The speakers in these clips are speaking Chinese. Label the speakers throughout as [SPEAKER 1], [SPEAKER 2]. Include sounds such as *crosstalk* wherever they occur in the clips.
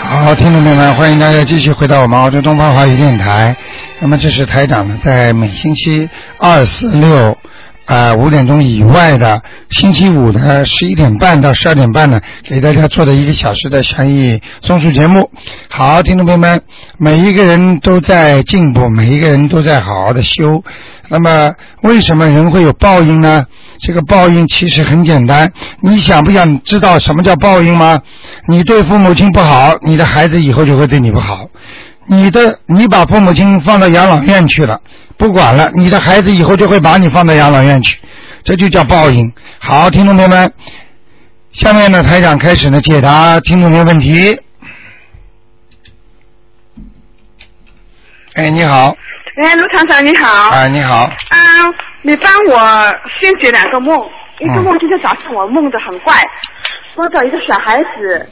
[SPEAKER 1] 好，听众朋友们，欢迎大家继续回到我们澳洲东方华语电台。那么这是台长呢，在每星期二、四、六啊五点钟以外的，星期五的十一点半到十二点半呢，给大家做的一个小时的悬疑综述节目。好，听众朋友们，每一个人都在进步，每一个人都在好好的修。那么为什么人会有报应呢？这个报应其实很简单，你想不想知道什么叫报应吗？你对父母亲不好，你的孩子以后就会对你不好。你的你把父母亲放到养老院去了，不管了，你的孩子以后就会把你放到养老院去，这就叫报应。好，听众朋友们，下面呢，台长开始呢解答听众朋友问题。哎，你好，
[SPEAKER 2] 哎，卢厂长你好。
[SPEAKER 1] 啊，你好，
[SPEAKER 2] 嗯，你帮我先解两个梦。一个
[SPEAKER 1] 嗯
[SPEAKER 2] 梦今天早上我梦的很怪，梦到一个小孩子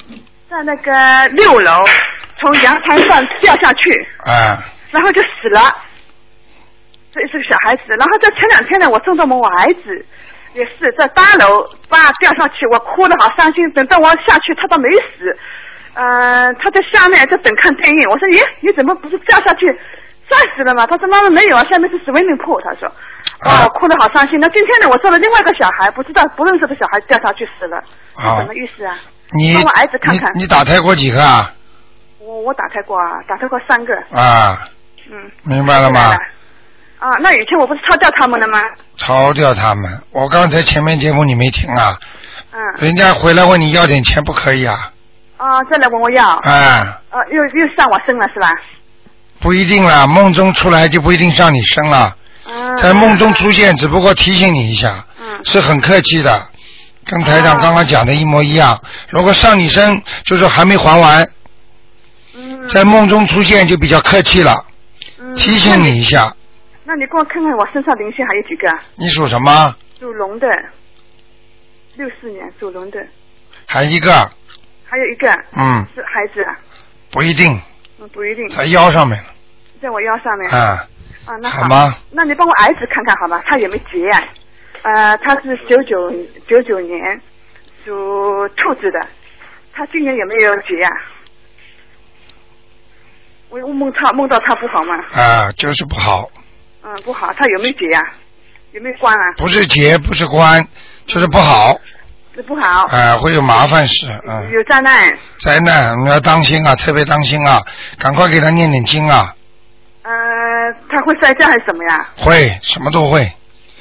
[SPEAKER 2] 在那个六楼从阳台上掉下去，
[SPEAKER 1] 啊，
[SPEAKER 2] 然后就死了。这是个小孩子。然后在前两天呢，我做到梦我儿子也是在八楼哇掉上去，我哭的好伤心。等到我下去，他倒没死。嗯、他在下面在等看电影。我说咦，你怎么不是掉下去摔死了吗？他说妈妈没有啊，下面是 swimming pool。他说。
[SPEAKER 1] 啊
[SPEAKER 2] 啊，哭的好伤心。那今天呢，我做了另外一个小孩，不知道不认识的小孩掉下去死了，
[SPEAKER 1] 啊
[SPEAKER 2] 是什么意思啊？
[SPEAKER 1] 你
[SPEAKER 2] 帮我儿子看看
[SPEAKER 1] 你你打胎过几个啊？
[SPEAKER 2] 我我打开过啊，打开过三个，
[SPEAKER 1] 啊，
[SPEAKER 2] 嗯。
[SPEAKER 1] 明白了吗？
[SPEAKER 2] 啊，那以前我不是抄掉他们了吗？
[SPEAKER 1] 超掉他们。我刚才前面节目你没听啊？
[SPEAKER 2] 嗯。
[SPEAKER 1] 人家回来问你要点钱不可以啊？
[SPEAKER 2] 啊，再来问我要。
[SPEAKER 1] 啊，
[SPEAKER 2] 啊，又又上我身了是吧？
[SPEAKER 1] 不一定啦，梦中出来就不一定上你身了，
[SPEAKER 2] 嗯。
[SPEAKER 1] 在梦中出现，只不过提醒你一下，
[SPEAKER 2] 嗯。啊
[SPEAKER 1] 是很客气的，跟台长刚刚讲的一模一样。如果上你身，就是还没还完，
[SPEAKER 2] 嗯。
[SPEAKER 1] 在梦中出现就比较客气了，
[SPEAKER 2] 嗯
[SPEAKER 1] 提醒你一。下。
[SPEAKER 2] 那你那你给我看看我身上灵性还有几个啊？
[SPEAKER 1] 你属什么？
[SPEAKER 2] 属龙的，六四年属龙的，
[SPEAKER 1] 还一个？
[SPEAKER 2] 还有一个
[SPEAKER 1] 嗯，
[SPEAKER 2] 是孩子啊，
[SPEAKER 1] 不一定，
[SPEAKER 2] 嗯，不一定
[SPEAKER 1] 在腰上面了
[SPEAKER 2] 在我腰上面。
[SPEAKER 1] 啊，
[SPEAKER 2] 啊，那
[SPEAKER 1] 好吗？
[SPEAKER 2] 那你帮我儿子看看好吧，他有没有结呀、呃，他是九九九九年属兔子的，他今年有没有结呀、啊我我梦他梦到他不好吗？
[SPEAKER 1] 啊，就是不好。
[SPEAKER 2] 嗯，不好，他有没有结呀、啊有没有关啊？
[SPEAKER 1] 不是劫，不是官，就是不好，啊、
[SPEAKER 2] 这不好，
[SPEAKER 1] 会有麻烦事，嗯、
[SPEAKER 2] 有灾难。
[SPEAKER 1] 灾难，你要当心啊，特别当心啊，赶快给他念点经啊，
[SPEAKER 2] 呃，他会摔跤还是什么呀？
[SPEAKER 1] 会，什么都会，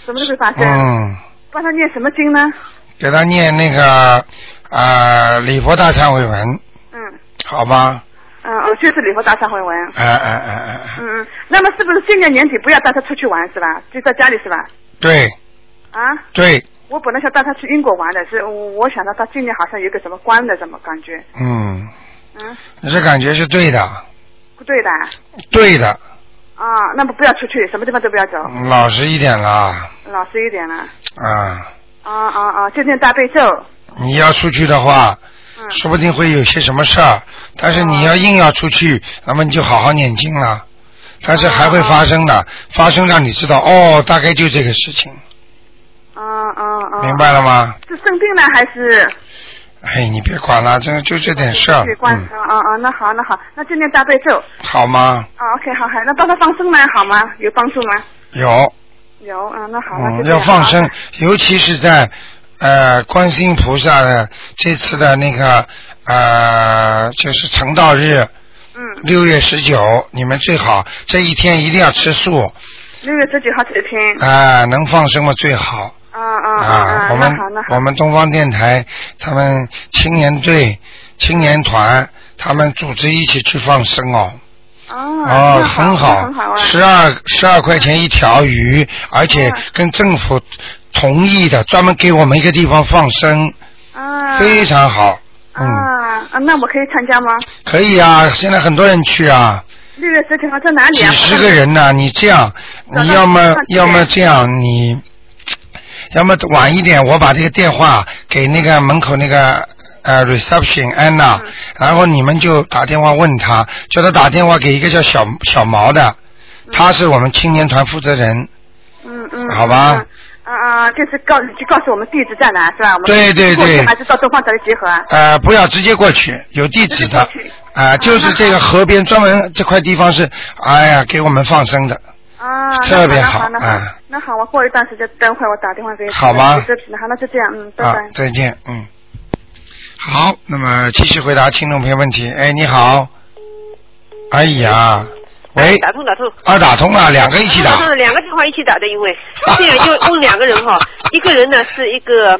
[SPEAKER 2] 什么都会发生。
[SPEAKER 1] 嗯，
[SPEAKER 2] 帮他念什么经呢？
[SPEAKER 1] 给他念那个啊、呃礼佛大忏悔文，
[SPEAKER 2] 嗯
[SPEAKER 1] 好吗？
[SPEAKER 2] 嗯，我就是礼佛大忏悔文。
[SPEAKER 1] 哎哎哎哎，哎
[SPEAKER 2] 嗯嗯，那么是不是今年年底不要带他出去玩是吧？就在家里是吧？
[SPEAKER 1] 对
[SPEAKER 2] 啊？
[SPEAKER 1] 对，
[SPEAKER 2] 我本来想带他去英国玩的，是我我想到他今年好像有个什么关的什么感觉，
[SPEAKER 1] 嗯，
[SPEAKER 2] 嗯，
[SPEAKER 1] 你这感觉是对的，
[SPEAKER 2] 不对的
[SPEAKER 1] 对的，
[SPEAKER 2] 啊，那么不要出去，什么地方都不要走，
[SPEAKER 1] 老实一点啦，
[SPEAKER 2] 老实一点了，
[SPEAKER 1] 啊、
[SPEAKER 2] 啊啊啊，就念大悲咒，
[SPEAKER 1] 你要出去的话，
[SPEAKER 2] 嗯，
[SPEAKER 1] 说不定会有些什么事儿，但是你要硬要出去，那么你就好好念经了。但是还会发生的，发生让你知道哦，大概就这个事情，
[SPEAKER 2] 啊啊啊，
[SPEAKER 1] 明白了吗？
[SPEAKER 2] 是生病了还是
[SPEAKER 1] 哎，你别管了，这就这点事儿
[SPEAKER 2] 去，关
[SPEAKER 1] 嗯，
[SPEAKER 2] 啊啊啊，那好那好，那就念大悲咒，
[SPEAKER 1] 好吗？
[SPEAKER 2] 啊 OK 好好，那帮他放生呢好吗？有帮助吗？
[SPEAKER 1] 有，
[SPEAKER 2] 有啊，那好，那就
[SPEAKER 1] 嗯，
[SPEAKER 2] 这样
[SPEAKER 1] 要放
[SPEAKER 2] 啊
[SPEAKER 1] 生，尤其是在呃观世音菩萨的这次的那个呃就是成道日，
[SPEAKER 2] 嗯，
[SPEAKER 1] 六月十九，你们最好这一天一定要吃素，
[SPEAKER 2] 六月十九号这一天，
[SPEAKER 1] 啊、能放生嘛最好。
[SPEAKER 2] 啊啊
[SPEAKER 1] 啊，我
[SPEAKER 2] 那
[SPEAKER 1] 们
[SPEAKER 2] 好那好
[SPEAKER 1] 我，们东方电台他们青年队、青年团，他们组织一起去放生哦。
[SPEAKER 2] 啊，
[SPEAKER 1] 哦，
[SPEAKER 2] 那
[SPEAKER 1] 很
[SPEAKER 2] 好，那很好啊，
[SPEAKER 1] 十二十二块钱一条鱼，而且
[SPEAKER 2] 啊
[SPEAKER 1] 跟政府同意的，专门给我们一个地方放生，
[SPEAKER 2] 啊，
[SPEAKER 1] 非常好。嗯，
[SPEAKER 2] 啊啊，那我可以参加吗？
[SPEAKER 1] 可以啊，现在很多人去啊，
[SPEAKER 2] 六月十九号在哪里
[SPEAKER 1] 几
[SPEAKER 2] 啊？
[SPEAKER 1] 十个人呐、你这样，
[SPEAKER 2] 早
[SPEAKER 1] 你
[SPEAKER 2] 上
[SPEAKER 1] 要么
[SPEAKER 2] 早上几
[SPEAKER 1] 要么
[SPEAKER 2] 点
[SPEAKER 1] 这样，你要么晚一点，我把这个电话给那个门口那个呃 reception 安娜、
[SPEAKER 2] 嗯
[SPEAKER 1] 然后你们就打电话问他，叫他打电话给一个叫小
[SPEAKER 2] 嗯
[SPEAKER 1] 小毛的，他是我们青年团负责人，
[SPEAKER 2] 嗯嗯，
[SPEAKER 1] 好吧
[SPEAKER 2] 嗯嗯嗯，就是告就告诉我们地址在哪是吧？我们
[SPEAKER 1] 对对
[SPEAKER 2] 过去
[SPEAKER 1] 对
[SPEAKER 2] 还是到东方德集合啊？
[SPEAKER 1] 呃，不要直接过去，有地址的
[SPEAKER 2] 直接过去，
[SPEAKER 1] 啊，就是这个河边专门这块地方是，哎呀，给我们放生的，
[SPEAKER 2] 啊，
[SPEAKER 1] 特别
[SPEAKER 2] 那
[SPEAKER 1] 好
[SPEAKER 2] 好，那好
[SPEAKER 1] 啊，
[SPEAKER 2] 那好，我过一段时间，等会儿我打电话给你。
[SPEAKER 1] 好吗
[SPEAKER 2] 对不起，那好，那就这样，嗯，拜
[SPEAKER 1] 啊
[SPEAKER 2] 拜，。
[SPEAKER 1] 再见，嗯。好，那么继续回答听众朋友问题。哎，你好。哎呀，喂，
[SPEAKER 3] 哎打通打通。
[SPEAKER 1] 啊，打通了，两个一起
[SPEAKER 3] 打通
[SPEAKER 1] 打
[SPEAKER 3] 了，两个电话一起打的，
[SPEAKER 1] *laughs*
[SPEAKER 3] 因为这样就问两个人哈，一个人呢是一个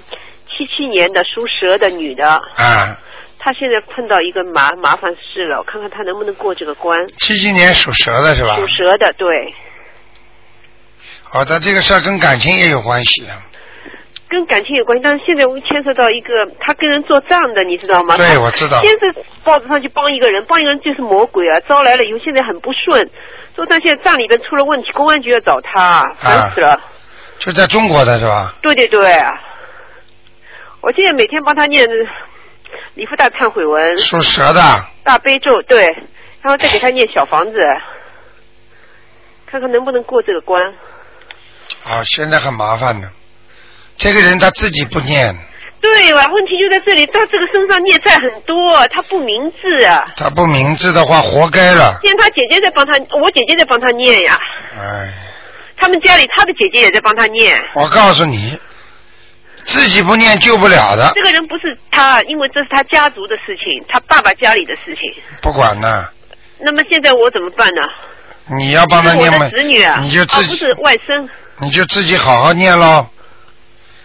[SPEAKER 3] 七七年的属蛇的女的，
[SPEAKER 1] 啊。
[SPEAKER 3] 她现在碰到一个麻麻烦事了，我看看她能不能过这个关。
[SPEAKER 1] 七七年属蛇的是吧？
[SPEAKER 3] 属蛇的，对，
[SPEAKER 1] 好的，这个事儿跟感情也有关系啊。
[SPEAKER 3] 跟感情有关系，但是现在我们牵涉到一个，她跟人做账的，你知道吗？
[SPEAKER 1] 对，
[SPEAKER 3] 她
[SPEAKER 1] 我知道。
[SPEAKER 3] 先是报纸上去帮一个人，帮一个人就是魔鬼啊！招来了以后，现在很不顺，说他现在账里边出了问题，公安局要找他，
[SPEAKER 1] 啊
[SPEAKER 3] 烦死了。
[SPEAKER 1] 就在中国的是吧？
[SPEAKER 3] 对对对，我现在每天帮他念礼佛大忏悔文、
[SPEAKER 1] 属蛇的，啊
[SPEAKER 3] 大悲咒，对，然后再给他念小房子，看看能不能过这个关。
[SPEAKER 1] 啊，现在很麻烦的。这个人他自己不念，
[SPEAKER 3] 对吧？问题就在这里，他这个身上孽债很多，他不明智啊。
[SPEAKER 1] 他不明智的话，活该了。
[SPEAKER 3] 现在他姐姐在帮他，我姐姐在帮他念呀。
[SPEAKER 1] 哎，
[SPEAKER 3] 他们家里他的姐姐也在帮他念。
[SPEAKER 1] 我告诉你，自己不念救不了的，
[SPEAKER 3] 这个人不是他，因为这是他家族的事情，他爸爸家里的事情。
[SPEAKER 1] 不管呢。
[SPEAKER 3] 那么现在我怎么办呢？
[SPEAKER 1] 你要帮他
[SPEAKER 3] 这是
[SPEAKER 1] 念
[SPEAKER 3] 我
[SPEAKER 1] 嘛
[SPEAKER 3] 的子女啊，
[SPEAKER 1] 你就自
[SPEAKER 3] 啊不
[SPEAKER 1] 己、
[SPEAKER 3] 是外甥，
[SPEAKER 1] 你就自己好好念喽，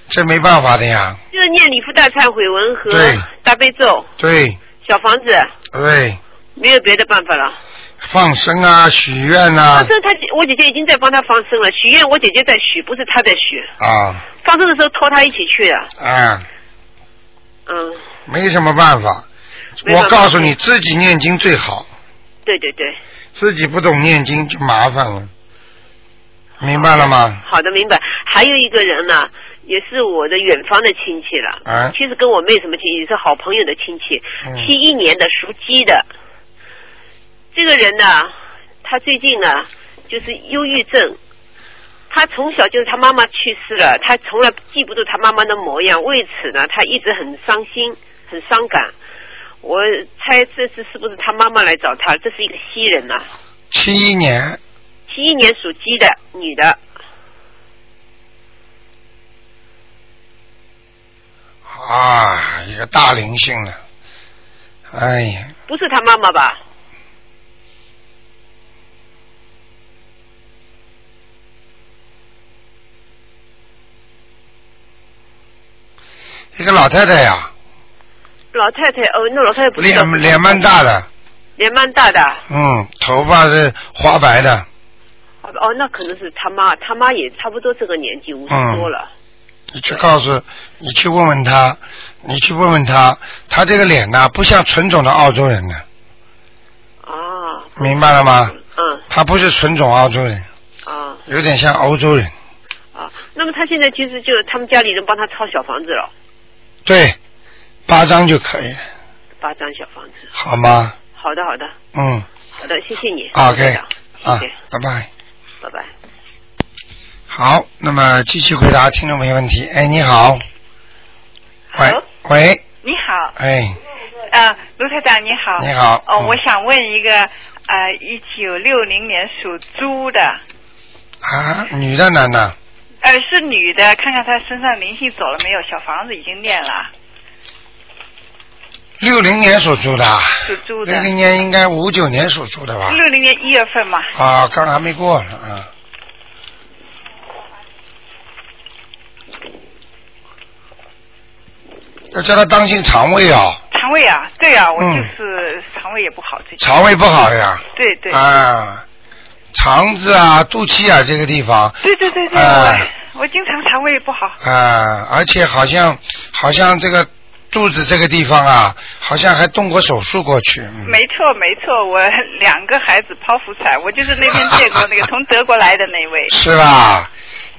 [SPEAKER 1] 这没办法的呀。
[SPEAKER 3] 就是念礼佛大忏悔文和
[SPEAKER 1] 对
[SPEAKER 3] 大悲咒、
[SPEAKER 1] 对
[SPEAKER 3] 小房子，
[SPEAKER 1] 对，
[SPEAKER 3] 没有别的办法了。
[SPEAKER 1] 放生啊，许愿
[SPEAKER 3] 放
[SPEAKER 1] 呐
[SPEAKER 3] 生他姐，我姐姐已经在帮他放生了，许愿我姐姐在许，不是他在许。
[SPEAKER 1] 啊
[SPEAKER 3] 放生的时候拖他一起去的，
[SPEAKER 1] 啊，
[SPEAKER 3] 嗯，
[SPEAKER 1] 没什么办法。
[SPEAKER 3] 没办
[SPEAKER 1] 我
[SPEAKER 3] 法
[SPEAKER 1] 告诉你，自己念经最好，
[SPEAKER 3] 对对对。
[SPEAKER 1] 自己不懂念经就麻烦了，明白了吗？
[SPEAKER 3] 好的，明白。还有一个人呢、也是我的远方的亲戚了。
[SPEAKER 1] 啊
[SPEAKER 3] 其实跟我没什么亲戚，也是好朋友的亲戚
[SPEAKER 1] 嗯。
[SPEAKER 3] 七一年的属鸡的，这个人呢、他最近呢、就是忧郁症。他从小就是他妈妈去世了，他从来记不住他妈妈的模样，为此呢，他一直很伤心，很伤感。我猜这次是不是他妈妈来找他？这是一个西人呐、
[SPEAKER 1] 七一年，
[SPEAKER 3] 七一年属鸡的女的，
[SPEAKER 1] 啊，一个大灵性了，哎呀，
[SPEAKER 3] 不是他妈妈吧？
[SPEAKER 1] 一个老太太呀，
[SPEAKER 3] 老太太哦，那老太太不是
[SPEAKER 1] 脸脸蛮大的，
[SPEAKER 3] 脸蛮大的，
[SPEAKER 1] 嗯，头发是花白的，
[SPEAKER 3] 哦，那可能是他妈，他妈也差不多这个年纪，五十
[SPEAKER 1] 嗯
[SPEAKER 3] 多了。
[SPEAKER 1] 你去告诉，你去问问他，你去问问他，他这个脸呐、不像纯种的澳洲人呢，
[SPEAKER 3] 啊，
[SPEAKER 1] 明白了吗？
[SPEAKER 3] 嗯
[SPEAKER 1] 他不是纯种澳洲人，
[SPEAKER 3] 啊
[SPEAKER 1] 有点像欧洲人。
[SPEAKER 3] 啊，那么他现在其实就是他们家里人帮他抄小房子了，
[SPEAKER 1] 对，八张就可以了，
[SPEAKER 3] 八张小房子。
[SPEAKER 1] 好吗？
[SPEAKER 3] 好的，好的，
[SPEAKER 1] 嗯
[SPEAKER 3] 好的，谢谢你。
[SPEAKER 1] ，OK，
[SPEAKER 3] 台长
[SPEAKER 1] 啊
[SPEAKER 3] 谢谢，，
[SPEAKER 1] 拜拜。
[SPEAKER 3] 拜拜。
[SPEAKER 1] 好，那么继续回答听众朋友问题。哎，你好。喂
[SPEAKER 4] Hello
[SPEAKER 1] 喂，
[SPEAKER 4] 你好，
[SPEAKER 1] 哎，
[SPEAKER 4] 呃，卢台长你好。
[SPEAKER 1] 你好
[SPEAKER 4] 哦，
[SPEAKER 1] 嗯
[SPEAKER 4] 我想问一个，呃，一九六零年属猪的，
[SPEAKER 1] 啊，女的男的？
[SPEAKER 4] 呃，是女的，看看她身上灵性走了没有？小房子已经念了，
[SPEAKER 1] 六零年属猪的啊。
[SPEAKER 4] 属猪的
[SPEAKER 1] 六零年应该五九年属猪的吧？
[SPEAKER 4] 六零年一月份嘛。
[SPEAKER 1] 啊，刚还没过呢啊。要叫他当心肠胃啊、
[SPEAKER 4] 肠胃啊，对啊，我
[SPEAKER 1] 嗯
[SPEAKER 4] 就是肠胃也不好，最近。
[SPEAKER 1] 肠胃不好呀。
[SPEAKER 4] 对对。
[SPEAKER 1] 啊，肠子啊、肚脐啊这个地方
[SPEAKER 4] 对对对对，
[SPEAKER 1] 哎
[SPEAKER 4] 我我经常肠胃不好。
[SPEAKER 1] 啊，而且好像好像这个肚子这个地方啊，好像还动过手术过去。嗯、
[SPEAKER 4] 没错没错，我两个孩子剖腹产，我就是那天见过
[SPEAKER 1] *laughs*
[SPEAKER 4] 那个从德国来的那位。
[SPEAKER 1] 是吧？
[SPEAKER 4] 呃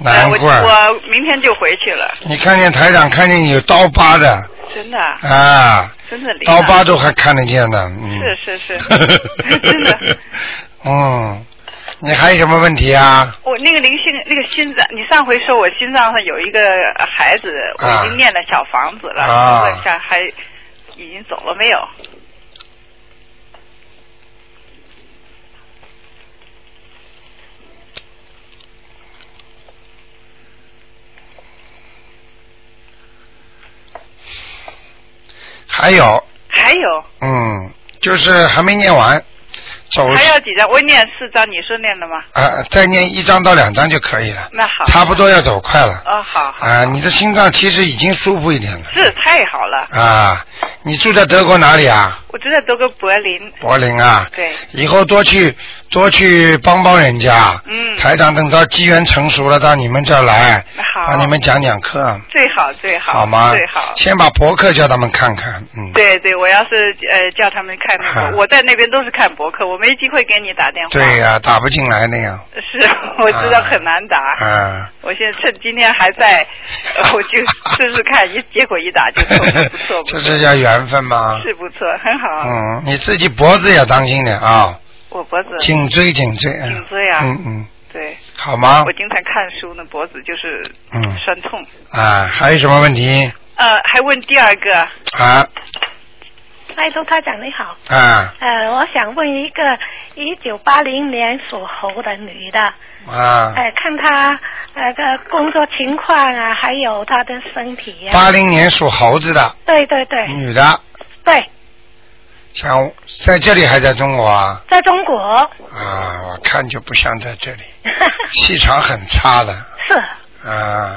[SPEAKER 1] 难
[SPEAKER 4] 我
[SPEAKER 1] 怪。
[SPEAKER 4] 我明天就回去了，
[SPEAKER 1] 你看见台长看见你有刀疤的
[SPEAKER 4] 真的啊
[SPEAKER 1] 啊，
[SPEAKER 4] 真的厉害。
[SPEAKER 1] 刀疤都还看得见呢。嗯、 *laughs*
[SPEAKER 4] 是是是真的。
[SPEAKER 1] 嗯，你还有什么问题啊？
[SPEAKER 4] 我那个灵性，那个心脏，你上回说我心脏上有一个孩子，我
[SPEAKER 1] 啊
[SPEAKER 4] 已经念了小房子了，
[SPEAKER 1] 啊
[SPEAKER 4] 问一下还已经走了没有？
[SPEAKER 1] 还有，
[SPEAKER 4] 还有
[SPEAKER 1] 嗯，就是还没念完，走
[SPEAKER 4] 还要几张？我念四张，你说念了吗？
[SPEAKER 1] 啊，再念一张到两张就可以了，
[SPEAKER 4] 那好，
[SPEAKER 1] 差不多要走快了。
[SPEAKER 4] 哦，好好，
[SPEAKER 1] 啊，你的心脏其实已经舒服一点了。
[SPEAKER 4] 是太好了。
[SPEAKER 1] 啊，你住在德国哪里啊？
[SPEAKER 4] 我住在德国柏林，
[SPEAKER 1] 柏林啊。
[SPEAKER 4] 对，
[SPEAKER 1] 以后多去多去帮帮人家。
[SPEAKER 4] 嗯
[SPEAKER 1] 台长等到机缘成熟了，到你们这儿来，啊
[SPEAKER 4] 好，
[SPEAKER 1] 帮你们讲讲课，
[SPEAKER 4] 最好最好，
[SPEAKER 1] 吗？
[SPEAKER 4] 最好。
[SPEAKER 1] 先把博客叫他们看看，嗯。
[SPEAKER 4] 对对，我要是呃叫他们看那
[SPEAKER 1] 啊
[SPEAKER 4] 个，我在那边都是看博客，我没机会给你打电话。
[SPEAKER 1] 对呀、打不进来那样。
[SPEAKER 4] 是我知道很难打。
[SPEAKER 1] 啊。
[SPEAKER 4] 我现在趁今天还
[SPEAKER 1] *laughs*
[SPEAKER 4] 在，呃我就试试看，一结果一打就中了，不
[SPEAKER 1] *laughs*
[SPEAKER 4] 错不
[SPEAKER 1] 这
[SPEAKER 4] 错，
[SPEAKER 1] 这叫缘分吗？
[SPEAKER 4] 是不啊错，很好。
[SPEAKER 1] 嗯，你自己脖子也当心点啊，
[SPEAKER 4] 我脖子
[SPEAKER 1] 颈椎颈椎。嗯
[SPEAKER 4] 颈椎啊
[SPEAKER 1] 嗯嗯，
[SPEAKER 4] 对，
[SPEAKER 1] 好吗
[SPEAKER 4] 我？经常看书呢，脖子就是
[SPEAKER 1] 嗯
[SPEAKER 4] 酸痛。
[SPEAKER 1] 啊，还有什么问题？
[SPEAKER 4] 呃，还问第二个，
[SPEAKER 1] 啊
[SPEAKER 5] 哎，卢台长你好，
[SPEAKER 1] 啊
[SPEAKER 5] 呃，我想问一个一九八零年属猴的女的，
[SPEAKER 1] 啊！
[SPEAKER 5] 哎、看她呃的工作情况啊，还有她的身体呀、
[SPEAKER 1] 八零年嗯属猴子的
[SPEAKER 5] 对对对
[SPEAKER 1] 女的，
[SPEAKER 5] 对，
[SPEAKER 1] 想在这里还在中国啊？
[SPEAKER 5] 在中国， *laughs*
[SPEAKER 1] 啊，我看就不像在
[SPEAKER 4] *laughs*
[SPEAKER 1] 这里，气场很差的
[SPEAKER 5] 是
[SPEAKER 1] 啊！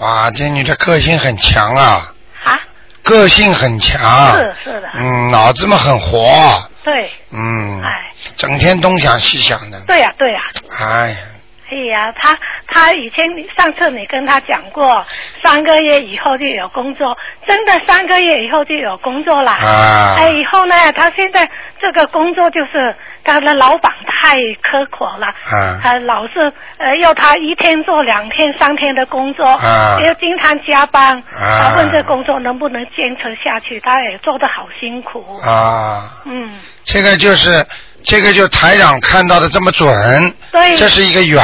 [SPEAKER 1] 哇，这女的个性很强啊，
[SPEAKER 5] 啊，
[SPEAKER 1] 个性很强，
[SPEAKER 5] 是啊是的，
[SPEAKER 1] 嗯，脑子们很活，
[SPEAKER 5] 对，
[SPEAKER 1] 嗯，
[SPEAKER 5] 哎，
[SPEAKER 1] 整天东想西想的，
[SPEAKER 5] 对呀、对呀、
[SPEAKER 1] 哎呀，
[SPEAKER 5] 哎呀，她她以前上次你跟她讲过，三个月以后就有工作，真的三个月以后就有工作了。
[SPEAKER 1] 啊
[SPEAKER 5] 哎，以后呢，他现在这个工作就是他的老板太苛刻了，
[SPEAKER 1] 啊
[SPEAKER 5] 呃，老是呃要他一天做两天、三天的工作，
[SPEAKER 1] 啊
[SPEAKER 5] 又经常加班，
[SPEAKER 1] 啊
[SPEAKER 5] 问这工作能不能坚持下去，他也做得好辛苦。
[SPEAKER 1] 啊，
[SPEAKER 5] 嗯，
[SPEAKER 1] 这个就是这个就台长看到的这么准，
[SPEAKER 5] 对
[SPEAKER 1] 这是一个缘，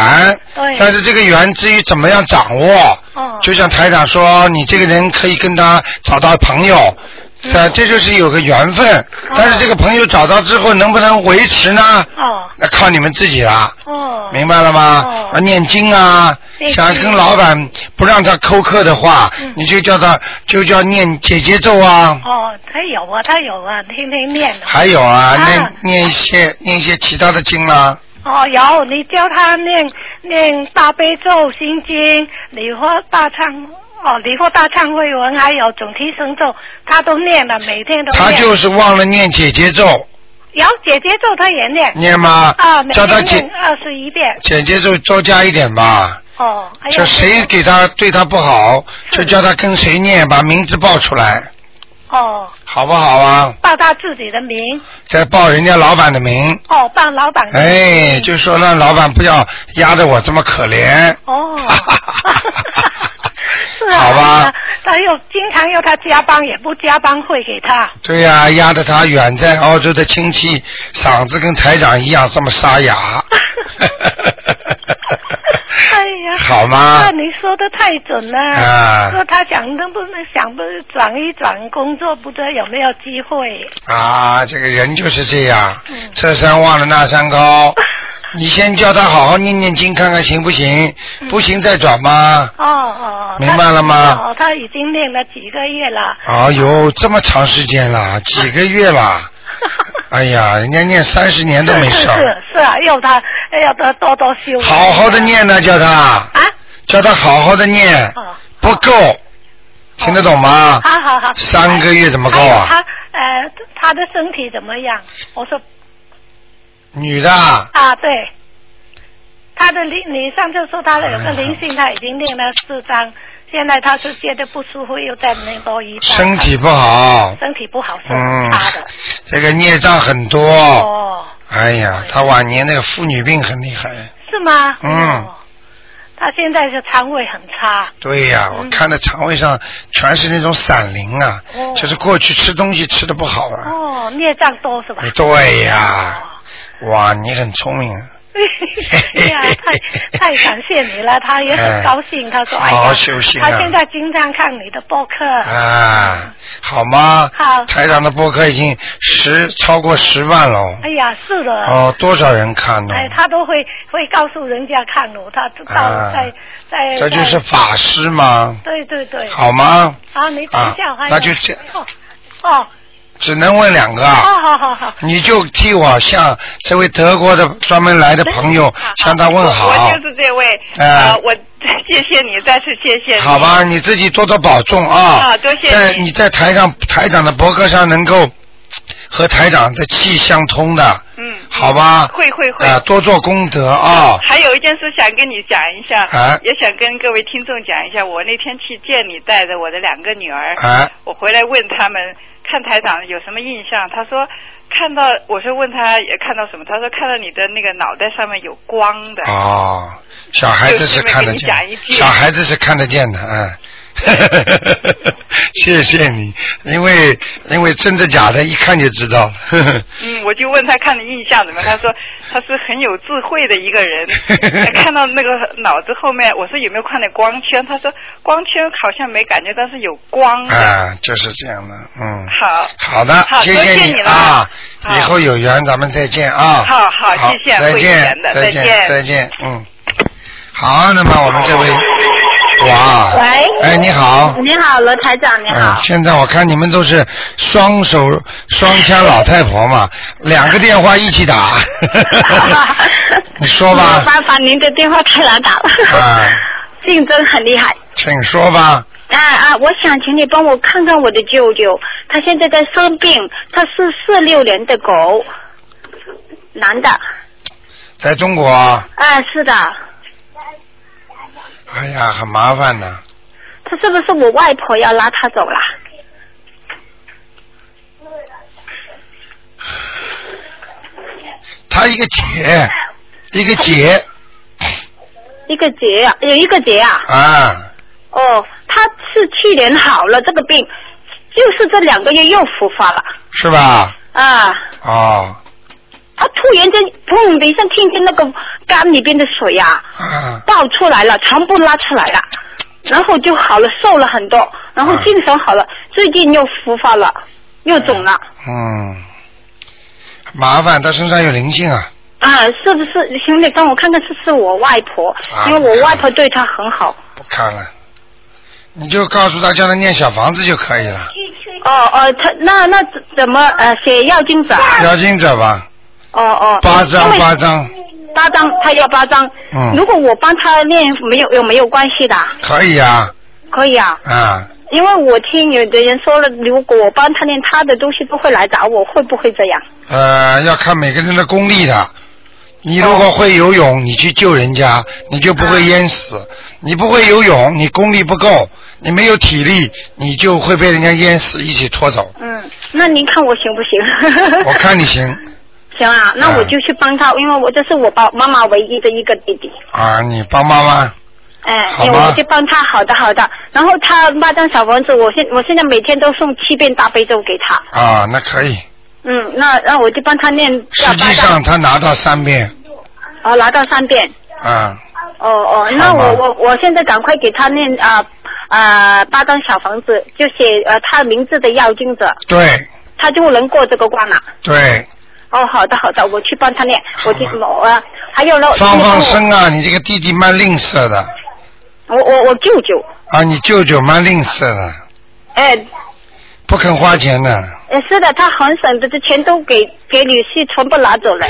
[SPEAKER 5] 对
[SPEAKER 1] 但是这个缘至于怎么样掌握，
[SPEAKER 5] 哦，
[SPEAKER 1] 就像台长说，你这个人可以跟他找到朋友。
[SPEAKER 5] 嗯
[SPEAKER 1] 这这就是有个缘分，但是这个朋友找到之后能不能维持呢？
[SPEAKER 5] 哦
[SPEAKER 1] 那靠你们自己了。
[SPEAKER 5] 哦，
[SPEAKER 1] 明白了吗？
[SPEAKER 5] 哦
[SPEAKER 1] 啊，念经啊，
[SPEAKER 5] 念经
[SPEAKER 1] 想跟老板不让他扣客的话，
[SPEAKER 5] 嗯
[SPEAKER 1] 你就叫他就叫念姐姐咒啊。
[SPEAKER 5] 哦，他有啊，他有啊，天天念的。
[SPEAKER 1] 还有啊，
[SPEAKER 5] 啊
[SPEAKER 1] 念念一些念一些其他的经啦、
[SPEAKER 5] 哦，有你教他念念大悲咒、心经、礼佛大忏哦，礼佛大忏悔文，还有总提神咒，他都念了，每天都
[SPEAKER 1] 他
[SPEAKER 5] 念。
[SPEAKER 1] 就是忘了念姐姐咒，
[SPEAKER 5] 有姐姐咒，他也念
[SPEAKER 1] 念吗？
[SPEAKER 5] 啊，每
[SPEAKER 1] 叫他
[SPEAKER 5] 天
[SPEAKER 1] 姐
[SPEAKER 5] 念二十一遍。
[SPEAKER 1] 姐姐咒多加一点吧。
[SPEAKER 5] 哦，还
[SPEAKER 1] 就
[SPEAKER 5] 有
[SPEAKER 1] 谁给他对他不好，
[SPEAKER 5] 是
[SPEAKER 1] 就叫他跟谁念，把名字报出来，
[SPEAKER 5] 哦，
[SPEAKER 1] 好不好啊？
[SPEAKER 5] 报他自己的名
[SPEAKER 1] 再报人家老板的名，
[SPEAKER 5] 哦，报老板的名。
[SPEAKER 1] 哎，就说让老板不要压得我这么可怜。 *laughs*
[SPEAKER 5] 哦， *laughs* 是啊，
[SPEAKER 1] 好吧
[SPEAKER 5] 哎呀他又经常要他加班，也不加班费给他。
[SPEAKER 1] 对呀、压得他远在澳洲的亲戚嗓子跟台长一样这么沙哑。
[SPEAKER 5] 哎呀，
[SPEAKER 1] 好吗
[SPEAKER 5] 那？你说的太准了。
[SPEAKER 1] 啊
[SPEAKER 5] 说他想能不能想不转一转工作，不知道有没有机会。
[SPEAKER 1] 啊，这个人就是这样，
[SPEAKER 5] 嗯
[SPEAKER 1] 这山忘了那山
[SPEAKER 5] *laughs*
[SPEAKER 1] 高。你先叫他好好念念经，看看行不行，
[SPEAKER 5] 嗯
[SPEAKER 1] 不行再转吧。
[SPEAKER 5] 哦哦，
[SPEAKER 1] 明白了吗
[SPEAKER 5] 他哦，他已经练了几个月了。
[SPEAKER 1] 哎呦，这么长时间了，几个月
[SPEAKER 5] *laughs*
[SPEAKER 1] 了，哎呀，人家念三十年都没
[SPEAKER 5] 是
[SPEAKER 1] 事
[SPEAKER 5] 是
[SPEAKER 1] 儿，
[SPEAKER 5] 是是啊，要他要他多多修。
[SPEAKER 1] 好好的念呢，叫他，
[SPEAKER 5] 啊。
[SPEAKER 1] 叫他好好的念，
[SPEAKER 5] 哦，啊
[SPEAKER 1] 不够，听得懂吗？
[SPEAKER 5] 好好好。
[SPEAKER 1] 三个月怎么够
[SPEAKER 5] 还有
[SPEAKER 1] 啊？
[SPEAKER 5] 他呃，他的身体怎么样？我说
[SPEAKER 1] 女的啊
[SPEAKER 5] 啊，对，他的灵，你上次说他的有
[SPEAKER 1] 哎
[SPEAKER 5] 个灵性，他已经练了四张，现在他是觉得不舒服，又再练多一张。
[SPEAKER 1] 身体不好，
[SPEAKER 5] 身体不好是
[SPEAKER 1] 嗯
[SPEAKER 5] 很差的。
[SPEAKER 1] 这个孽障很多。
[SPEAKER 5] 哦，
[SPEAKER 1] 哎呀，她晚年那个妇女病很厉害。
[SPEAKER 5] 是吗？
[SPEAKER 1] 嗯
[SPEAKER 5] 哦。他现在是肠胃很差。
[SPEAKER 1] 对呀、
[SPEAKER 5] 嗯
[SPEAKER 1] 我看到肠胃上全是那种散灵啊，
[SPEAKER 5] 哦
[SPEAKER 1] 就是过去吃东西吃的不好啊。
[SPEAKER 5] 哦，孽障多是吧？
[SPEAKER 1] 对呀、
[SPEAKER 5] 哦
[SPEAKER 1] 哇，你很聪明啊！
[SPEAKER 5] 哎呀，太太感谢你了，他也很高兴。他说：“哎
[SPEAKER 1] 好好
[SPEAKER 5] 呀，
[SPEAKER 1] 休息啊
[SPEAKER 5] 他现在经常看你的播客。
[SPEAKER 1] 啊，好吗？
[SPEAKER 5] 嗯好
[SPEAKER 1] 台长的播客已经十超过十万了。
[SPEAKER 5] 哎呀，是的。
[SPEAKER 1] 哦，多少人看呢？
[SPEAKER 5] 哎，他都会会告诉人家看我，他知道
[SPEAKER 1] 啊
[SPEAKER 5] 在、在
[SPEAKER 1] 这就是
[SPEAKER 5] 在
[SPEAKER 1] 法师嘛，
[SPEAKER 5] 对对对。
[SPEAKER 1] 好吗？
[SPEAKER 5] 啊，你等一下，
[SPEAKER 1] 啊
[SPEAKER 5] 还有
[SPEAKER 1] 那就这
[SPEAKER 5] 哦哦，
[SPEAKER 1] 只能问两个啊。
[SPEAKER 5] 好好好好，
[SPEAKER 1] 你就替我向这位德国的专门来的朋友向他问好
[SPEAKER 4] 我，就是这位，
[SPEAKER 1] 哎
[SPEAKER 4] 呃，我 *laughs* 谢谢你，再次谢谢你。
[SPEAKER 1] 好吧？你自己多多保重啊！
[SPEAKER 4] 啊多谢
[SPEAKER 1] 在
[SPEAKER 4] 你
[SPEAKER 1] 你在台上台长的博客上能够和台长的气相通的，
[SPEAKER 4] 嗯，
[SPEAKER 1] 好吧？
[SPEAKER 4] 会会会。
[SPEAKER 1] 啊，多做功德啊！
[SPEAKER 4] 还有一件事想跟你讲一下，
[SPEAKER 1] 啊
[SPEAKER 4] 也想跟各位听众讲一下。我那天去见你，带着我的两个女儿，
[SPEAKER 1] 啊
[SPEAKER 4] 我回来问他们看台长有什么印象，他说看到，我说问他也看到什么，他说看到你的那个脑袋上面有光的。
[SPEAKER 1] 哦，小孩子是看得
[SPEAKER 4] 就是
[SPEAKER 1] 见
[SPEAKER 4] 这么给你讲一，句
[SPEAKER 1] 小孩子是看得见的，嗯。 *laughs* 谢谢你，因为因为真的假的，一看就知道了。 *laughs* 呵呵。
[SPEAKER 4] 嗯，我就问他看你印象怎么样，他说他是很有智慧的一个人
[SPEAKER 1] *laughs*
[SPEAKER 4] 看到那个脑子后面，我说有没有看见光圈？他说光圈好像没感觉，但是有光的。
[SPEAKER 1] 啊，就是这样的，嗯。
[SPEAKER 4] 好，
[SPEAKER 1] 好的，
[SPEAKER 4] 好
[SPEAKER 1] 谢
[SPEAKER 4] 多谢
[SPEAKER 1] 你
[SPEAKER 4] 你了
[SPEAKER 1] 啊！
[SPEAKER 4] 好
[SPEAKER 1] 以后有缘咱们再见啊！
[SPEAKER 4] 好好谢谢
[SPEAKER 1] 再
[SPEAKER 4] 会有
[SPEAKER 1] 见
[SPEAKER 4] 缘，的
[SPEAKER 1] 再
[SPEAKER 4] 再
[SPEAKER 1] 见，
[SPEAKER 4] 见
[SPEAKER 1] 再见，嗯。好，那么我们这位，哇，
[SPEAKER 6] 喂
[SPEAKER 1] 哎，你好，
[SPEAKER 6] 你好，罗台长，你
[SPEAKER 1] 嗯，
[SPEAKER 6] 好。
[SPEAKER 1] 现在我看你们都是双手双枪老太婆嘛，两个电话一起 *laughs* 打，你说
[SPEAKER 6] 没有
[SPEAKER 1] 吧，
[SPEAKER 6] 办法，您的电话太难打了。 *laughs*
[SPEAKER 1] 啊，
[SPEAKER 6] 竞争很厉害。
[SPEAKER 1] 请说吧，
[SPEAKER 6] 啊啊！我想请你帮我看看我的舅舅，他现在在生病，他是四六年的狗，男的。
[SPEAKER 1] 在中国啊，
[SPEAKER 6] 啊，是的，
[SPEAKER 1] 哎呀，很麻烦的，
[SPEAKER 6] 他是不是我外婆要拉他走了？
[SPEAKER 1] 他一个姐，一个姐
[SPEAKER 6] 一个结啊，有一个结啊。
[SPEAKER 1] 啊，
[SPEAKER 6] 哦，他是去年好了这个病，就是这两个月又复发了。
[SPEAKER 1] 是吧？
[SPEAKER 6] 啊，
[SPEAKER 1] 哦，
[SPEAKER 6] 他突然间砰的一下，听见那个缸里边的水呀、
[SPEAKER 1] 啊，
[SPEAKER 6] 爆出来了，全部拉出来了，然后就好了，瘦了很多，然后精神
[SPEAKER 1] 啊
[SPEAKER 6] 好了，最近又复发了，又肿了。
[SPEAKER 1] 嗯，麻烦，他身上有灵性啊，
[SPEAKER 6] 啊，是不是？请你帮我看看是不是我外婆
[SPEAKER 1] 啊，
[SPEAKER 6] 因为我外婆对她很好。
[SPEAKER 1] 不看了，你就告诉他叫他念小房子就可以了，啊
[SPEAKER 6] 哦哦，她那那怎么呃写药精者？
[SPEAKER 1] 要经者吧，
[SPEAKER 6] 哦哦，
[SPEAKER 1] 八张
[SPEAKER 6] 因为
[SPEAKER 1] 八张，
[SPEAKER 6] 八张，她要八张。
[SPEAKER 1] 嗯
[SPEAKER 6] 如果我帮她念，没有有没有关系的？
[SPEAKER 1] 可以啊，
[SPEAKER 6] 可以啊，
[SPEAKER 1] 啊。
[SPEAKER 6] 因为我听有的人说了，如果我帮她念，她的东西都会来找我，会不会这样？
[SPEAKER 1] 呃，要看每个人的功力的。你如果会游泳，你去救人家，你就不会淹死；你不会游泳，你功力不够，你没有体力，你就会被人家淹死，一起拖走。
[SPEAKER 6] 嗯，那您看我行不行？
[SPEAKER 1] 我看你行
[SPEAKER 6] 行啊，那我
[SPEAKER 1] 嗯
[SPEAKER 6] 就去帮他，因为我这是我爸妈妈唯一的一个弟弟，
[SPEAKER 1] 啊，你帮妈妈
[SPEAKER 6] 哎，
[SPEAKER 1] 好
[SPEAKER 6] 因为
[SPEAKER 1] 吧
[SPEAKER 6] 我就帮他，好的好的。然后他八张小房子，我现我现在每天都送七遍大悲咒给他，
[SPEAKER 1] 啊，那可以。
[SPEAKER 6] 嗯，那那我就帮他念
[SPEAKER 1] 实
[SPEAKER 6] 要
[SPEAKER 1] 际
[SPEAKER 6] 八张
[SPEAKER 1] 上，他拿到三遍
[SPEAKER 6] 哦，拿到三遍，
[SPEAKER 1] 啊，
[SPEAKER 6] 哦哦，那
[SPEAKER 1] 好吧
[SPEAKER 6] 我我我现在赶快给他念啊啊、八张小房子，就写呃他名字的要经者，
[SPEAKER 1] 对
[SPEAKER 6] 他就能过这个关了。
[SPEAKER 1] 对，
[SPEAKER 6] 哦，好的好的，我去帮他念，我就
[SPEAKER 1] 好
[SPEAKER 6] 我啊，还有呢，
[SPEAKER 1] 放
[SPEAKER 6] 就是
[SPEAKER 1] 放
[SPEAKER 6] 我
[SPEAKER 1] 生啊！你这个弟弟蛮吝啬的
[SPEAKER 6] 我我我舅舅，
[SPEAKER 1] 啊，你舅舅蛮吝啬的，
[SPEAKER 6] 哎，
[SPEAKER 1] 不肯花钱的。
[SPEAKER 6] 呃，是的，他很省的，这钱都给给女婿全部拿
[SPEAKER 1] *laughs*
[SPEAKER 6] 走了，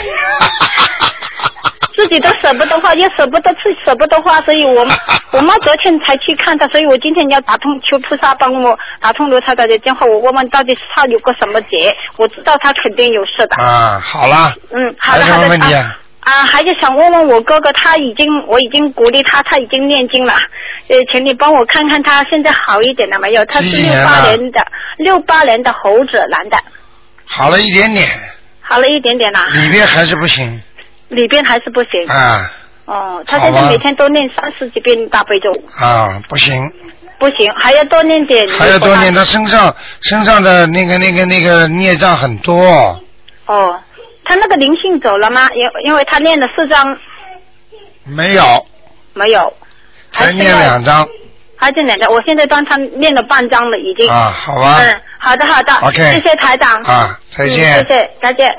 [SPEAKER 6] 自己都舍不得花，也舍不得吃，舍不得花，所以我我妈昨天才去看他，所以我今天要打通求菩萨帮我打通罗太太的电话，我问问到底是他有个什么结，我知道他肯定有事的。
[SPEAKER 1] 啊，好啦，
[SPEAKER 6] 嗯，好
[SPEAKER 1] 还有
[SPEAKER 6] 的
[SPEAKER 1] 什
[SPEAKER 6] 好
[SPEAKER 1] 么
[SPEAKER 6] 的
[SPEAKER 1] 问题
[SPEAKER 6] 啊。啊，还是想问问我哥哥，他已经我已经鼓励他，他已经念经了，呃，请你帮我看看他现在好一点了没有？他
[SPEAKER 1] 几
[SPEAKER 6] 是
[SPEAKER 1] 几
[SPEAKER 6] 六
[SPEAKER 1] 年
[SPEAKER 6] 八
[SPEAKER 1] 了
[SPEAKER 6] 年的，六八年的猴子男的，
[SPEAKER 1] 好了一点点。
[SPEAKER 6] 好了一点点啦，
[SPEAKER 1] 里边还是不行
[SPEAKER 6] 里边还是不行。
[SPEAKER 1] 啊
[SPEAKER 6] 哦，他现
[SPEAKER 1] 好
[SPEAKER 6] 在
[SPEAKER 1] 吧
[SPEAKER 6] 每天都念三十几遍大悲咒，
[SPEAKER 1] 啊，不行，
[SPEAKER 6] 不行，还要多念点。
[SPEAKER 1] 还要多念。。他身上身上的那个那个那个孽障很多，
[SPEAKER 6] 哦，他那个灵性走了吗？因因为他念了四张，
[SPEAKER 1] 没有，
[SPEAKER 6] 没有，
[SPEAKER 1] 才念两张
[SPEAKER 6] 还剩两张。我现在帮他念了半张了，已经。
[SPEAKER 1] 啊，好吧。
[SPEAKER 6] 嗯，好的好的
[SPEAKER 1] OK
[SPEAKER 6] 谢谢台长。
[SPEAKER 1] 啊，再
[SPEAKER 6] 嗯
[SPEAKER 1] 见
[SPEAKER 6] 谢谢，再见。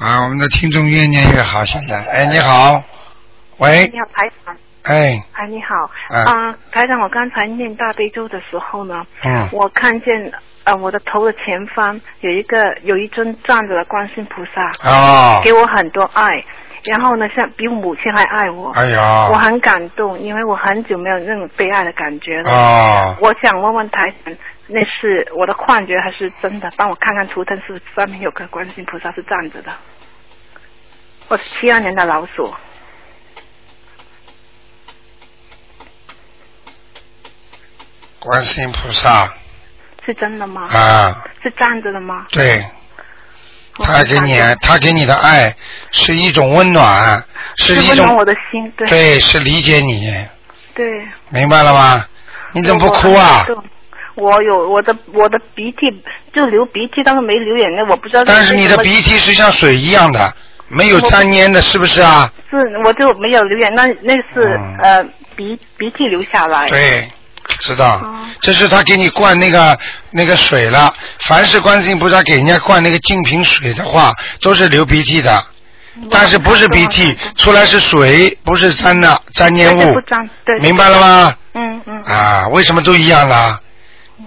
[SPEAKER 1] 啊！我们的听众越念越好，现在。哎，你好，喂
[SPEAKER 7] 你，好，台长。
[SPEAKER 1] 哎，
[SPEAKER 7] 哎，你好。
[SPEAKER 1] 嗯
[SPEAKER 7] 啊、台长，我刚才念大悲咒的时候呢，
[SPEAKER 1] 嗯
[SPEAKER 7] 我看见呃我的头的前方有一个有一尊站着的观世音菩萨，
[SPEAKER 1] 哦，
[SPEAKER 7] 给我很多爱，然后呢，像比母亲还爱我。
[SPEAKER 1] 哎
[SPEAKER 7] 我
[SPEAKER 1] 呀，
[SPEAKER 7] 很感动，因为我很久没有那种被爱的感觉了。
[SPEAKER 1] 哦，
[SPEAKER 7] 我想问问台长，那是我的幻觉还是真的？帮我看看图腾是不是上面有个观世音菩萨是站着的？我是七二年的老鼠。
[SPEAKER 1] 观世音菩萨
[SPEAKER 7] 是真的吗？
[SPEAKER 1] 啊，
[SPEAKER 7] 是站着的吗？
[SPEAKER 1] 对，
[SPEAKER 7] 我
[SPEAKER 1] 他给你
[SPEAKER 7] 很感，
[SPEAKER 1] 他给你的爱是一种温暖，
[SPEAKER 7] 动
[SPEAKER 1] 是一
[SPEAKER 7] 温暖
[SPEAKER 1] 种
[SPEAKER 7] 我的心，对
[SPEAKER 1] 对，是理解你，
[SPEAKER 7] 对。
[SPEAKER 1] 明白了吗？你怎么不哭
[SPEAKER 7] 我
[SPEAKER 1] 啊
[SPEAKER 7] 很感？动？我有我的我的鼻涕就流鼻涕，但是没流眼泪，我不知道。
[SPEAKER 1] 但是你的鼻涕是像水一样的，没有沾黏的，是不是啊？
[SPEAKER 7] 是，我就没有流眼，那那是、
[SPEAKER 1] 嗯
[SPEAKER 7] 呃鼻鼻涕流下来。
[SPEAKER 1] 对，知道
[SPEAKER 7] 哎哦，
[SPEAKER 1] 这是他给你灌那个那个水了。凡是观世音菩萨给人家灌那个净瓶水的话，都是流鼻涕的，
[SPEAKER 7] 我
[SPEAKER 1] 但是不是鼻涕，出来是水，不是沾的沾黏
[SPEAKER 7] 对
[SPEAKER 1] 物
[SPEAKER 7] 不，沾，对，
[SPEAKER 1] 明白了吗？
[SPEAKER 7] 嗯嗯，
[SPEAKER 1] 啊，为什么都一样了？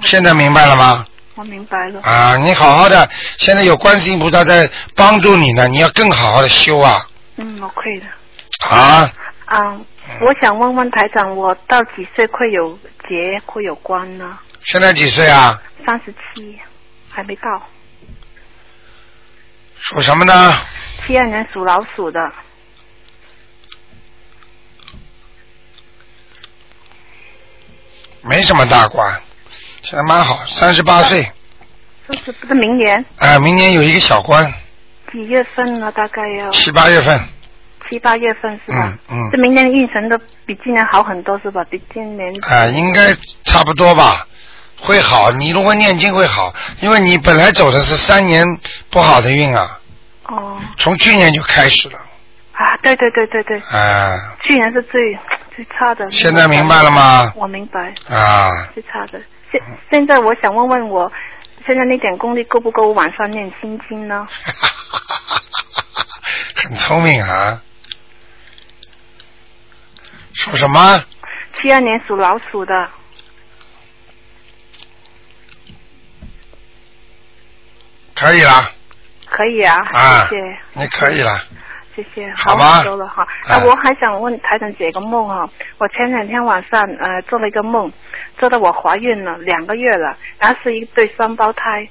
[SPEAKER 1] 现在明白了吗？
[SPEAKER 7] 我明白了。
[SPEAKER 1] 啊，你好好的，现在有观世音菩萨在帮助你呢，你要更好好的修啊
[SPEAKER 7] 嗯，我会的。
[SPEAKER 1] 啊！
[SPEAKER 7] 啊、我想问问台长，我到几岁会有结会有关呢？
[SPEAKER 1] 现在几岁啊？
[SPEAKER 7] 三十七，还没到。
[SPEAKER 1] 属什么呢？
[SPEAKER 7] 七二年属老鼠的，
[SPEAKER 1] 没什么大关，现在蛮好，三十八岁。
[SPEAKER 7] 这是不是明年
[SPEAKER 1] 啊，明年有一个小关，
[SPEAKER 7] 几月份呢？大概要
[SPEAKER 1] 七八月份，
[SPEAKER 7] 七八月份是吧
[SPEAKER 1] 嗯？嗯
[SPEAKER 7] 这，明年的运程都比今年好很多是吧？比今年
[SPEAKER 1] 啊，应该差不多吧，会好。你如果念经会好，因为你本来走的是三年不好的运啊，
[SPEAKER 7] 哦
[SPEAKER 1] 从去年就开始了，
[SPEAKER 7] 啊，对对对对对，
[SPEAKER 1] 啊
[SPEAKER 7] 去年是最最差的。
[SPEAKER 1] 现在明白了吗
[SPEAKER 7] 我明白，
[SPEAKER 1] 啊，
[SPEAKER 7] 最差的。现现在我想问问我，现在那点功力够不够我晚上念心经呢？
[SPEAKER 1] 很聪明啊。属什么？
[SPEAKER 7] 七二年属老鼠的，
[SPEAKER 1] 可以了，
[SPEAKER 7] 可以啊，
[SPEAKER 1] 啊
[SPEAKER 7] 谢谢。
[SPEAKER 1] 你可以了，
[SPEAKER 7] 谢谢，
[SPEAKER 1] 好吧
[SPEAKER 7] 吧，收了哈。
[SPEAKER 1] 哎
[SPEAKER 7] 啊，我还想问台长解个梦哈、我前两天晚上呃做了一个梦，做到我怀孕了两个月了，然后是一对双胞胎。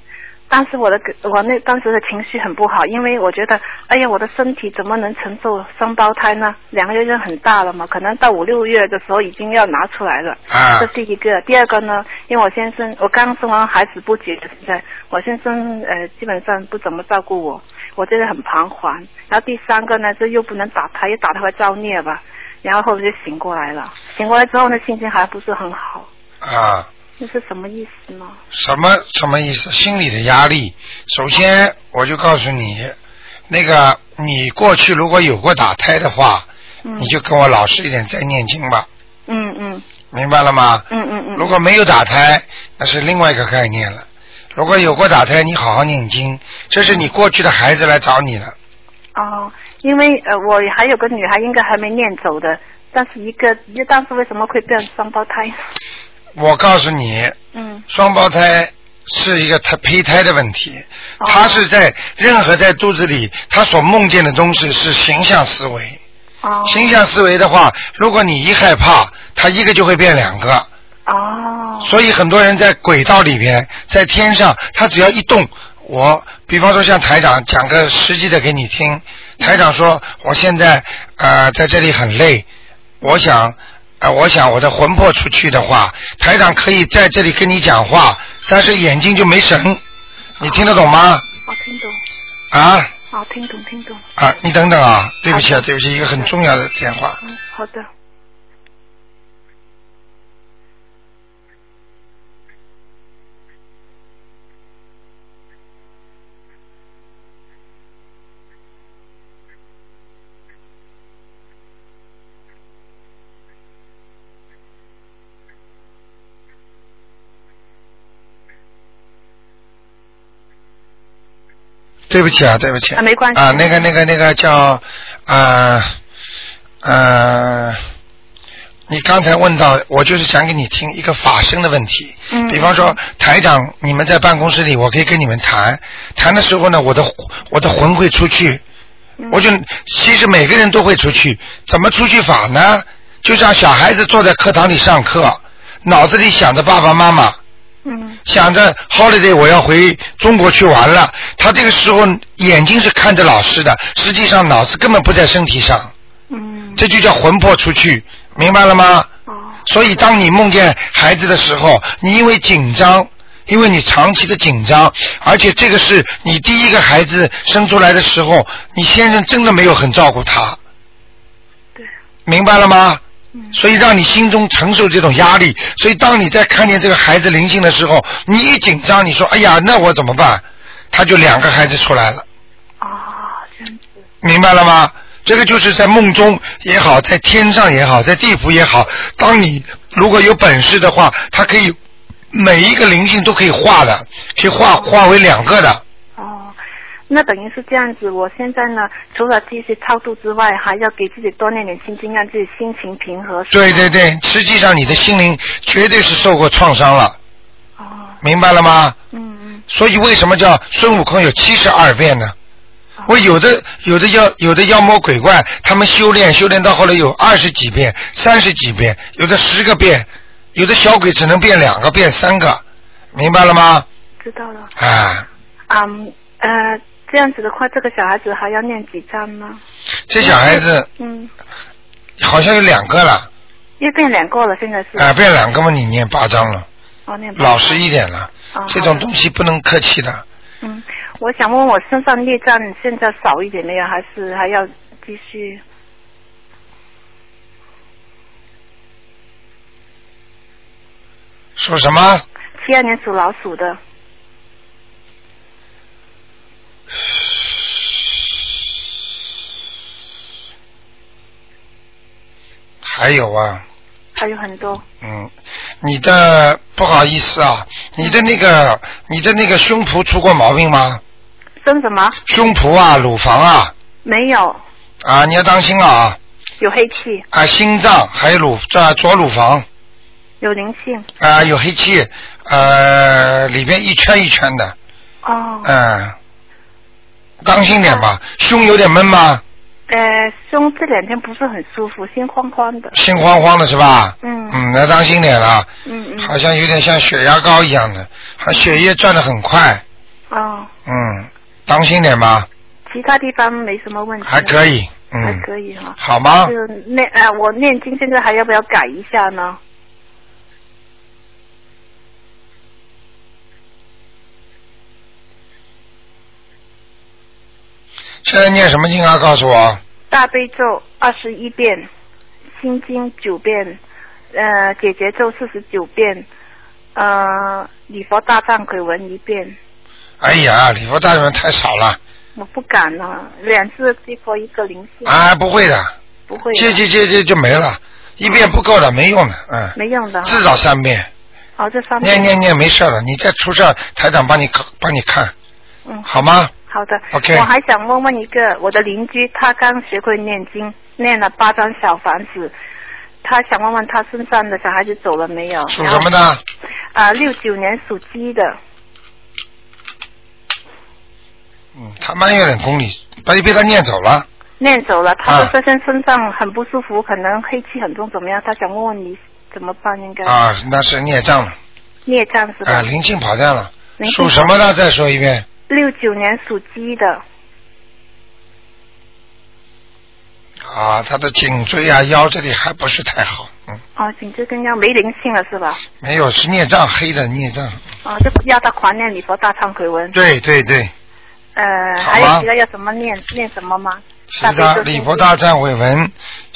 [SPEAKER 7] 当时我的我那当时的情绪很不好，因为我觉得，哎呀，我的身体怎么能承受双胞胎呢？两个月就很大了嘛，可能到五六月的时候已经要拿出来了。
[SPEAKER 1] 啊
[SPEAKER 7] 这，第一个，第二个呢，因为我先生，我刚生完孩子不久，现在我先生呃基本上不怎么照顾我，我真的很彷徨。然后第三个呢，这又不能打他，又打他会造孽吧。然后后来就醒过来了，醒过来之后呢，心情还不是很好，
[SPEAKER 1] 啊。
[SPEAKER 7] 这是什么意思呢？
[SPEAKER 1] 什么什么意思？心理的压力。首先，我就告诉你，那个你过去如果有过打胎的话，
[SPEAKER 7] 嗯
[SPEAKER 1] 你就跟我老实一点，再念经吧，
[SPEAKER 7] 嗯嗯
[SPEAKER 1] 明白了吗？
[SPEAKER 7] 嗯嗯嗯，
[SPEAKER 1] 如果没有打胎，那是另外一个概念了。如果有过打胎，你好好念经，这是你过去的孩子来找你了。
[SPEAKER 7] 哦，因为呃我还有个女孩应该还没念走的，但是一个，但是为什么会变双胞胎？
[SPEAKER 1] 我告诉你，
[SPEAKER 7] 嗯
[SPEAKER 1] 双胞胎是一个胎胚胎的问题，
[SPEAKER 7] 哦
[SPEAKER 1] 它是在任何在肚子里，它所梦见的东西是形象思维。
[SPEAKER 7] 哦
[SPEAKER 1] 形象思维的话，如果你一害怕，它一个就会变两个。
[SPEAKER 7] 哦
[SPEAKER 1] 所以很多人在轨道里边，在天上，他只要一动，我比方说像台长讲个实际的给你听，台长说我现在呃在这里很累，我想呃我想我的魂魄出去的话，台长可以在这里跟你讲话，但是眼睛就没神，你听得懂吗？
[SPEAKER 7] 我听懂，
[SPEAKER 1] 啊
[SPEAKER 7] 哦听懂听懂，
[SPEAKER 1] 啊，你等等啊，对不起啊，对不起，一个很重要的电话。
[SPEAKER 7] 嗯好的。
[SPEAKER 1] 对不起啊，对不起
[SPEAKER 7] 啊没关系
[SPEAKER 1] 啊，那个那个那个叫啊呃，你刚才问到，我就是讲给你听一个法身的问题。
[SPEAKER 7] 嗯
[SPEAKER 1] 比方说，台长，你们在办公室里，我可以跟你们谈，谈的时候呢，我的我的魂会出去，
[SPEAKER 7] 嗯
[SPEAKER 1] 我就其实每个人都会出去，怎么出去法呢？就像小孩子坐在课堂里上课，脑子里想着爸爸妈妈，
[SPEAKER 7] 嗯
[SPEAKER 1] 想着 holiday 我要回中国去玩了，他这个时候眼睛是看着老师的，实际上脑子根本不在身体上，
[SPEAKER 7] 嗯
[SPEAKER 1] 这就叫魂魄出去，明白了吗？
[SPEAKER 7] 哦
[SPEAKER 1] 所以当你梦见孩子的时候，你因为紧张。因为你长期的紧张，而且这个是你第一个孩子生出来的时候，你先生真的没有很照顾他，
[SPEAKER 7] 对
[SPEAKER 1] 明白了吗？
[SPEAKER 7] 嗯
[SPEAKER 1] 所以让你心中承受这种压力。所以当你在看见这个孩子灵性的时候，你一紧张，你说哎呀，那我怎么办？他就两个孩子出来了，
[SPEAKER 7] 哦这样子
[SPEAKER 1] 明白了吗？这个就是在梦中也好，在天上也好，在地府也好，当你如果有本事的话，它可以每一个灵性都可以化的，可以化化为两个的。
[SPEAKER 7] 哦。那等于是这样子，我现在呢，除了继续超度之外，还要给自己多练点心经，让自己心情平和。是
[SPEAKER 1] 对
[SPEAKER 7] 吗
[SPEAKER 1] 对。对，实际上你的心灵绝对是受过创伤了，
[SPEAKER 7] 哦，
[SPEAKER 1] 明白了吗？
[SPEAKER 7] 嗯嗯。
[SPEAKER 1] 所以为什么叫孙悟空有七十二变呢？
[SPEAKER 7] 哦
[SPEAKER 1] 我有的有的妖有的妖魔鬼怪，他们修炼修炼到后来有二十几遍、三十几遍，有的十个变，有的小鬼只能变两个、变三个，明白了吗？
[SPEAKER 7] 知道了。
[SPEAKER 1] 啊，
[SPEAKER 7] 嗯呃，这样子的话，这个小孩子还要念几张呢？
[SPEAKER 1] 这小孩子
[SPEAKER 7] 嗯，
[SPEAKER 1] 好像有两个了，
[SPEAKER 7] 又变两个了，现在是。
[SPEAKER 1] 啊，变两个嘛，你念八章了，
[SPEAKER 7] 哦，念八张
[SPEAKER 1] 老实一点了
[SPEAKER 7] 哦，
[SPEAKER 1] 这
[SPEAKER 7] 好
[SPEAKER 1] 种
[SPEAKER 7] 的
[SPEAKER 1] 东西不能客气的。
[SPEAKER 7] 嗯，我想问问我身上孽障现在少一点没有，还是还要继续？
[SPEAKER 1] 说什么？
[SPEAKER 7] 七二年属老鼠的，
[SPEAKER 1] 还有啊，
[SPEAKER 7] 还有很多。
[SPEAKER 1] 嗯，你的不好意思啊，你的那个你的那个胸脯出过毛病吗？
[SPEAKER 7] 生什么？
[SPEAKER 1] 胸脯啊，乳房啊，
[SPEAKER 7] 没有，
[SPEAKER 1] 啊，你要当心啊，
[SPEAKER 7] 有黑气，
[SPEAKER 1] 啊，心脏还有乳这左乳房
[SPEAKER 7] 有灵性。
[SPEAKER 1] 啊，有黑气，呃，里边一圈一圈的，
[SPEAKER 7] 哦，
[SPEAKER 1] 嗯，当心点吧，胸有点闷吗？
[SPEAKER 7] 呃，胸这两天不是很舒服，心慌慌的。
[SPEAKER 1] 心慌慌的是吧？
[SPEAKER 7] 嗯
[SPEAKER 1] 嗯，那当心点了，
[SPEAKER 7] 嗯嗯。
[SPEAKER 1] 好像有点像血压高一样的，好血液转的很快，
[SPEAKER 7] 哦，
[SPEAKER 1] 嗯，当心点吧，
[SPEAKER 7] 其他地方没什么问题。
[SPEAKER 1] 还可。以，
[SPEAKER 7] 还
[SPEAKER 1] 嗯，
[SPEAKER 7] 可以哈、
[SPEAKER 1] 好吗？
[SPEAKER 7] 就念呃，我念经现在还要不要改一下呢？
[SPEAKER 1] 现在念什么经啊？告诉我。
[SPEAKER 7] 大悲咒二十一遍，心经九遍，呃，解结咒四十九遍，呃，礼佛大忏悔文一遍。
[SPEAKER 1] 哎呀，礼佛大人太少了
[SPEAKER 7] 我不敢了，两次激活一个灵性，
[SPEAKER 1] 啊！不会的，
[SPEAKER 7] 不会
[SPEAKER 1] 这
[SPEAKER 7] 的，
[SPEAKER 1] 这这这就没了，一遍不够的，没用的，嗯，
[SPEAKER 7] 没用的。
[SPEAKER 1] 至少三遍，
[SPEAKER 7] 好，这方面
[SPEAKER 1] 念。念念没事了，你再出事儿台长帮你看帮你看，
[SPEAKER 7] 嗯，
[SPEAKER 1] 好吗？
[SPEAKER 7] 好的。
[SPEAKER 1] OK
[SPEAKER 7] 我还想问问一个，我的邻居，他刚学会念经，念了八张小房子，他想问问他身上的小孩子走了没有？
[SPEAKER 1] 属什么的？
[SPEAKER 7] 啊，六九年属鸡的，
[SPEAKER 1] 嗯，他妈有点功力，把你被他念走了。
[SPEAKER 7] 念走了。他
[SPEAKER 1] 啊
[SPEAKER 7] 说这身身上很不舒服，可能黑气很重，怎么样？他想问问你怎么办？应该、
[SPEAKER 1] 啊，那是孽障了，
[SPEAKER 7] 孽障是吧？
[SPEAKER 1] 啊，灵性跑掉了。
[SPEAKER 7] 灵性
[SPEAKER 1] 属什么的？再说一遍。
[SPEAKER 7] 六九年属鸡的，
[SPEAKER 1] 啊，他的颈椎啊、腰这里还不是太好，嗯，
[SPEAKER 7] 哦，颈椎跟腰没灵性了是吧？
[SPEAKER 1] 没有，是孽障，黑的孽障。
[SPEAKER 7] 哦，就要他狂念礼佛大忏悔文。
[SPEAKER 1] 对对对，
[SPEAKER 7] 呃，
[SPEAKER 1] 好
[SPEAKER 7] 还有
[SPEAKER 1] 吗
[SPEAKER 7] 其他要什么念念什么吗？
[SPEAKER 1] 其
[SPEAKER 7] 大悲
[SPEAKER 1] 他
[SPEAKER 7] 咒
[SPEAKER 1] 礼
[SPEAKER 7] 心
[SPEAKER 1] 佛
[SPEAKER 7] 经
[SPEAKER 1] 大忏悔文、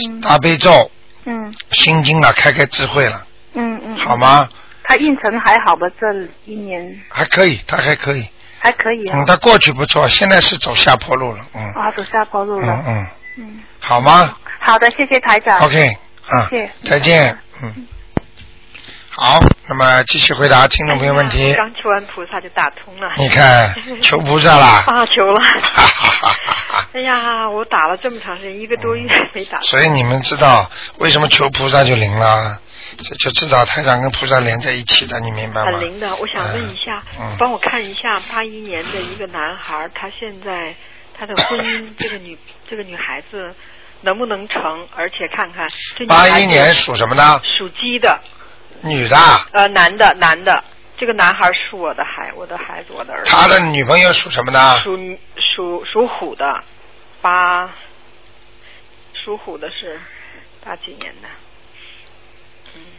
[SPEAKER 7] 嗯
[SPEAKER 1] 大悲咒、
[SPEAKER 7] 嗯
[SPEAKER 1] 心经了，开开智慧了，
[SPEAKER 7] 嗯嗯，
[SPEAKER 1] 好？吗？
[SPEAKER 7] 他运程还好吧？这一年
[SPEAKER 1] 还可以，他还可以，
[SPEAKER 7] 还可以啊
[SPEAKER 1] 嗯，。他过去不错，现在是走下坡路了，嗯
[SPEAKER 8] 哦
[SPEAKER 7] 啊，走下坡路
[SPEAKER 1] 嗯
[SPEAKER 7] 了。
[SPEAKER 1] 嗯，
[SPEAKER 7] 嗯，
[SPEAKER 1] 好吗
[SPEAKER 7] 好的，谢谢台长。
[SPEAKER 1] ？OK，啊
[SPEAKER 7] 谢谢，
[SPEAKER 1] 再见，嗯。好，那么继续回答听众朋友问
[SPEAKER 8] 哎
[SPEAKER 1] 题
[SPEAKER 8] 呀。刚求完菩萨就打通了。，
[SPEAKER 1] 你看，求菩萨啦
[SPEAKER 8] 啊，求
[SPEAKER 1] *laughs*
[SPEAKER 8] 了。哎呀，我打了这么长时间，一个多月没打。
[SPEAKER 1] *laughs* 所以你们知道为什么求菩萨就灵了？这就知道台长跟菩萨连在一起的，你明白吗
[SPEAKER 8] 很？灵的，我想问一下，
[SPEAKER 1] 嗯
[SPEAKER 8] 帮我看一下八一年的一个男孩儿，他现在他的婚姻，这个
[SPEAKER 1] *laughs*
[SPEAKER 8] 女这个女孩子能不能成？而且看看这女
[SPEAKER 1] 八
[SPEAKER 8] 孩
[SPEAKER 1] 一
[SPEAKER 8] 子
[SPEAKER 1] 年属什么呢？
[SPEAKER 8] 属鸡的，
[SPEAKER 1] 女的啊，
[SPEAKER 8] 呃，男的男的，这个男孩儿是我的孩，我的孩子，我的儿子。
[SPEAKER 1] 他的女朋友属什么呢？
[SPEAKER 8] 属属属虎的，八属虎的是八几年的？